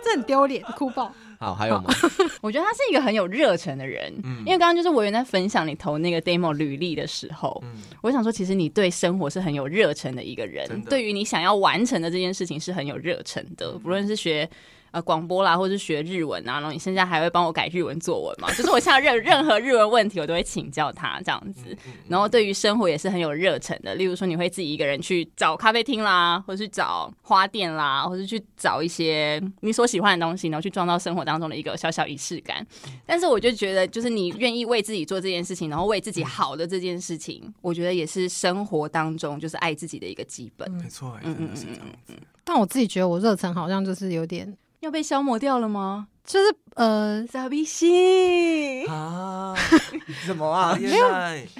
E: 这很丢脸，哭爆。
C: 好，还有吗？
F: 我觉得他是一个很有热忱的人，
A: 嗯
F: 因为刚刚就是我原在分享你投那个 demo 履历的时候，我想说，其实你对生活是很有热忱的一个人
A: 真，的嗯
F: 对于你想要完成的这件事情是很有热忱的，不论是学。呃，广播啦，或是学日文啊，然后你现在还会帮我改日文作文嘛？就是我现在任任何日文问题，我都会请教他这样子。
A: 嗯
F: 然后对于生活也是很有热忱的，例如说你会自己一个人去找咖啡厅啦，或是去找花店啦，或是去找一些你所喜欢的东西，然后去创造生活当中的一个小小仪式感。
A: 嗯
F: 但是我就觉得，就是你愿意为自己做这件事情，然后为自己好的这件事
A: 嗯
F: 情，我觉得也是生活当中就是爱自己的一个基本。
A: 没错，
F: 嗯
A: 哎真的是这样子。
E: 但我自己觉得我热忱好像就是有点，
F: 要被消磨掉了吗？
E: 就是呃，
F: 傻逼心，
A: 啊，
C: 什么啊？
A: 没有，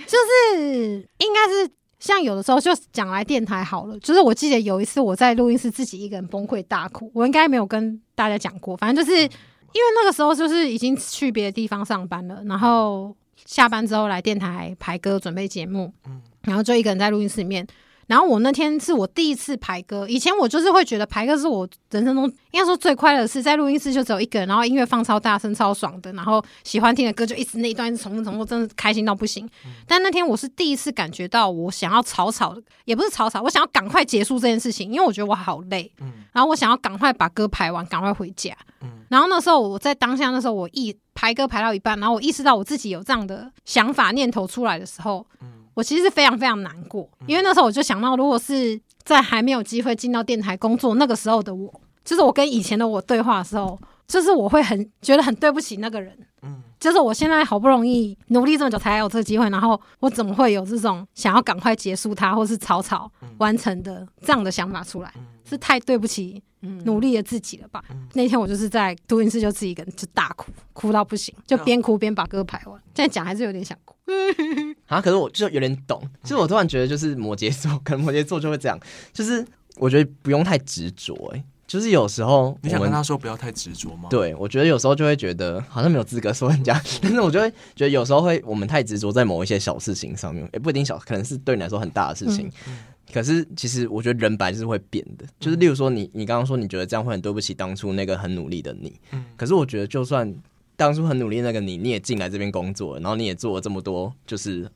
E: 就是应该是像有的时候就讲来电台好了，就是我记得有一次我在录音室自己一个人崩溃大哭，我应该没有跟大家讲过，反正就是因为那个时候就是已经去别的地方上班了，然后下班之后来电台排歌准备节目，
A: 嗯
E: 然后就一个人在录音室里面。然后我那天是我第一次排歌，以前我就是会觉得排歌是我人生中应该说最快乐的事，在录音室就只有一个人，然后音乐放超大声、超爽的，然后喜欢听的歌就一直那一段一直重复重复，真的开心到不行。但那天我是第一次感觉到，我想要草草，也不是草草，我想要赶快结束这件事情，因为我觉得我好累，
A: 嗯
E: 然后我想要赶快把歌排完，赶快回家。
A: 嗯
E: 然后那时候我在当下，那时候我意排歌排到一半，然后我意识到我自己有这样的想法念头出来的时候，
A: 嗯
E: 我其实是非常非常难过，因为那时候我就想到，如果是在还没有机会进到电台工作那个时候的我，就是我跟以前的我对话的时候，就是我会很觉得很对不起那个人。
A: 嗯，
E: 就是我现在好不容易努力这么久才有这个机会，然后我怎么会有这种想要赶快结束它，或是草草
A: 嗯
E: 完成的这样的想法出来？是太对不起
A: 嗯
E: 努力的自己了吧？那天我就是在录音室就自己一个人就大哭，哭到不行，就
A: 嗯
E: 边哭边把歌排完。现在讲还是有点想哭，
C: 啊，可是我就有点懂，就是我突然觉得，就是摩羯座，可能摩羯座就会这样，就是我觉得不用太执着，哎，就是有时候
A: 你
C: 我
A: 想
C: 们
A: 跟他说不要太执着吗？，
C: 对，我觉得有时候就会觉得好像没有资格说人家， 但是我就会觉得有时候会我们太执着在某一些小事情上面，也不一定小，可能是对你来说很大的事情。
A: 嗯
C: 可是其实我觉得人本来就是会变的，就是例如说你你刚刚说你觉得这样会很对不起当初那个很努力的你，
A: 嗯
C: 可是我觉得就算当初很努力那个你，你也进来这边工作了，然后你也做了这么多，就是。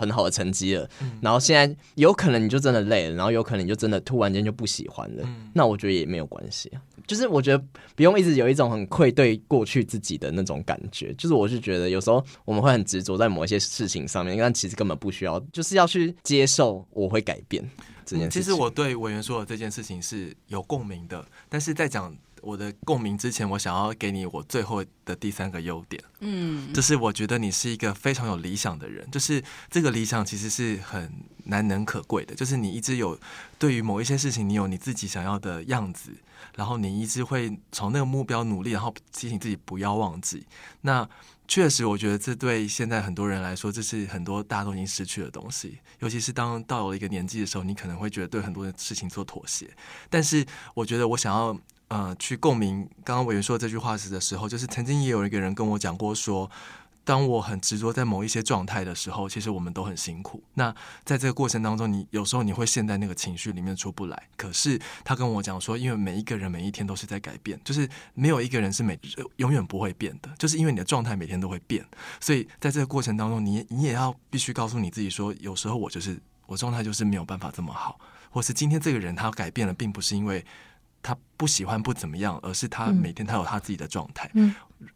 C: 很好的成绩了，
A: 嗯
C: 然后现在有可能你就真的累了，然后有可能你就真的突然间就不喜欢了，
A: 嗯
C: 那我觉得也没有关系啊。就是我觉得不用一直有一种很愧对过去自己的那种感觉。就是我是觉得有时候我们会很执着在某一些事情上面，但其实根本不需要，就是要去接受我会改变这件事情。
A: 嗯其实我对委员说的这件事情是有共鸣的，但是在讲我的共鸣之前，我想要给你我最后的第三个优点。
F: 嗯，
A: 就是我觉得你是一个非常有理想的人，就是这个理想其实是很难能可贵的，就是你一直有对于某一些事情，你有你自己想要的样子，然后你一直会从那个目标努力，然后提醒自己不要忘记。那确实，我觉得这对现在很多人来说，这是很多大家都已经失去的东西。尤其是当到了一个年纪的时候，你可能会觉得对很多的事情做妥协。但是，我觉得我想要呃去共鸣刚刚委员说的这句话时的时候，就是曾经也有一个人跟我讲过说，当我很执着在某一些状态的时候，其实我们都很辛苦。那在这个过程当中，你有时候你会陷在那个情绪里面出不来。可是他跟我讲说，因为每一个人每一天都是在改变，就是没有一个人是每呃永远不会变的，就是因为你的状态每天都会变，所以在这个过程当中，你也你也要必须告诉你自己说，有时候我就是我状态就是没有办法这么好，或是今天这个人他改变了，并不是因为。他不喜欢不怎么样，而是他每天他有他自己的状态。
E: 嗯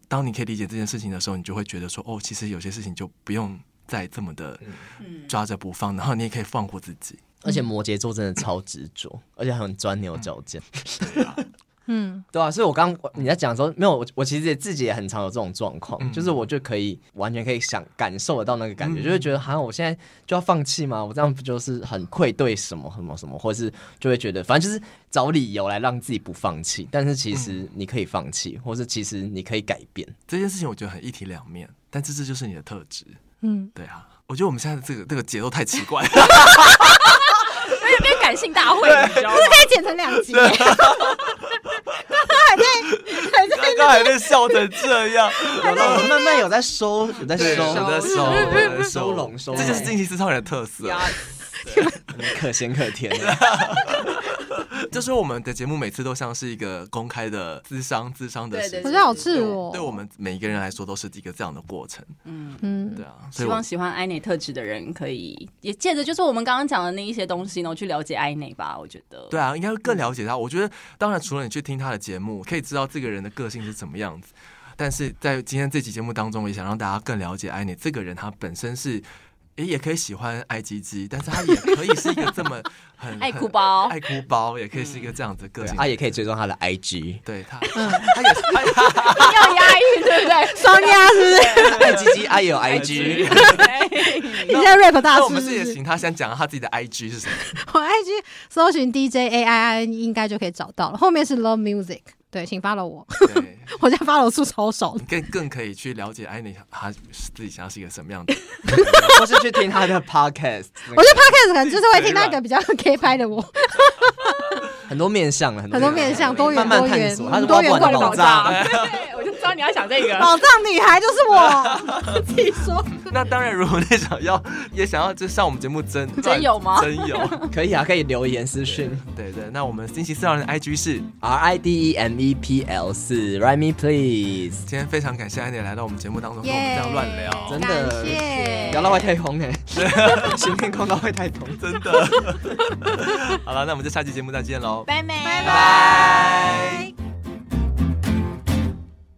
A: 当你可以理解这件事情的时候，你就会觉得说，哦，其实有些事情就不用再这么的
F: 嗯
A: 抓着不放，然后你也可以放过自己。
C: 而且摩羯座真的超执着，而且很钻牛角尖。
E: 嗯，
C: 对啊，所以我刚你在讲的时候，没有我，我其实也自己也很常有这种状况，就是我就可以完全可以想感受得到那个感觉，就会觉得好像我现在就要放弃吗？我这样不就是很愧对什么什么什么，或是就会觉得反正就是找理由来让自己不放弃，但是其实你可以放弃，或是其实你可以改 变。
A: 这件事情我觉得很一体两面，但这这就是你的特质。
E: 嗯，
A: 对啊，我觉得我们现在这个这个节奏太奇怪了。
F: 有点变感性大会，你知道吗？
E: 可以剪成两集。
A: 刚刚还在笑成这 样，
C: 有的慢慢啊有在收，有在
A: 对
C: 收，
A: 我在收，
C: 收
A: 我在
C: 收拢收拢
A: 这就是惊奇四超人的特色。
C: 可咸可 甜的。
A: 就是我们的节目每次都像是一个公开的资商，资商的
F: 对对
A: 事
E: 我哦
A: 情
E: 觉得好赤
A: 对
E: 裸。
A: 对我们每一个人来说都是一个这样的过程，
F: 嗯，
E: 嗯
A: 对，啊，所
F: 希
A: 以我
F: 望喜欢艾内特质的人可以也借着就是我们刚刚讲的那一些东西呢，去了解艾内吧。我觉得，
A: 对啊，应该会
F: 嗯
A: 更了解他。我觉得，当然除了你去听他的节目，可以知道这个人的个性是怎么样子，但是在今天这期节目当中，也想让大家更了解艾妮这个人，他本身是。也也可以喜欢爱唧唧，但是他也可以是一个这 么很
F: 爱哭
A: 很
F: 包嗯
A: 爱哭包，也可以是一个这样子的个性。
C: 啊，也可以追踪他的 IG，
A: 对他，他也是他
F: 要押韵，对不对？
E: 双压是不是？
C: 爱鸡鸡，爱有 IG。
A: 啊
E: 你现在 rap 大
A: 那我
E: 师
A: 们
E: 是
A: 是
E: 不
A: 也
E: 是？
A: 请他先讲他自己的 IG 是 什么？
E: 我 IG 搜寻 DJ A I I N 应该就可以找到了，后面是 Love Music，对，请 follow 我，
A: 对，
E: 我家 follow 数超少的
A: 你。更更可以去了解艾妮她自己想要是一个什么样的。
C: 或是去听他 的 podcast，那
E: 我
C: 个
E: 觉得 podcast 可能就是会听到一个比较 K 拍的我，
C: 很多面向了，
E: 很多面向，多元
C: 慢慢
E: 多
C: 探
E: 元嗯
C: 索，他是
E: 多元
C: 挖
E: 化
C: 不完
E: 的
C: 的
E: 宝
C: 宝
E: 藏，
C: 藏。
F: 对，我就知道你要想这个。
E: 宝藏女孩就是我， 自己说。
A: 那当然，如果你想要也想要就上我们节目真
F: 真有吗
A: 真有，
C: 可以啊，可以留言私讯
A: 对对。那我们星期四号的 IG 是，
C: R I D E M E P L 四，Write me please，
A: 今天非常感谢安妮来到我们节目当中跟我们这样乱聊，
C: 真
E: 感
C: 的
E: 谢，
C: 聊到外太空哎， 行天空到外太空。
A: 真 的。好了，那我们就下期节目再见喽，
B: 拜拜。
A: 拜。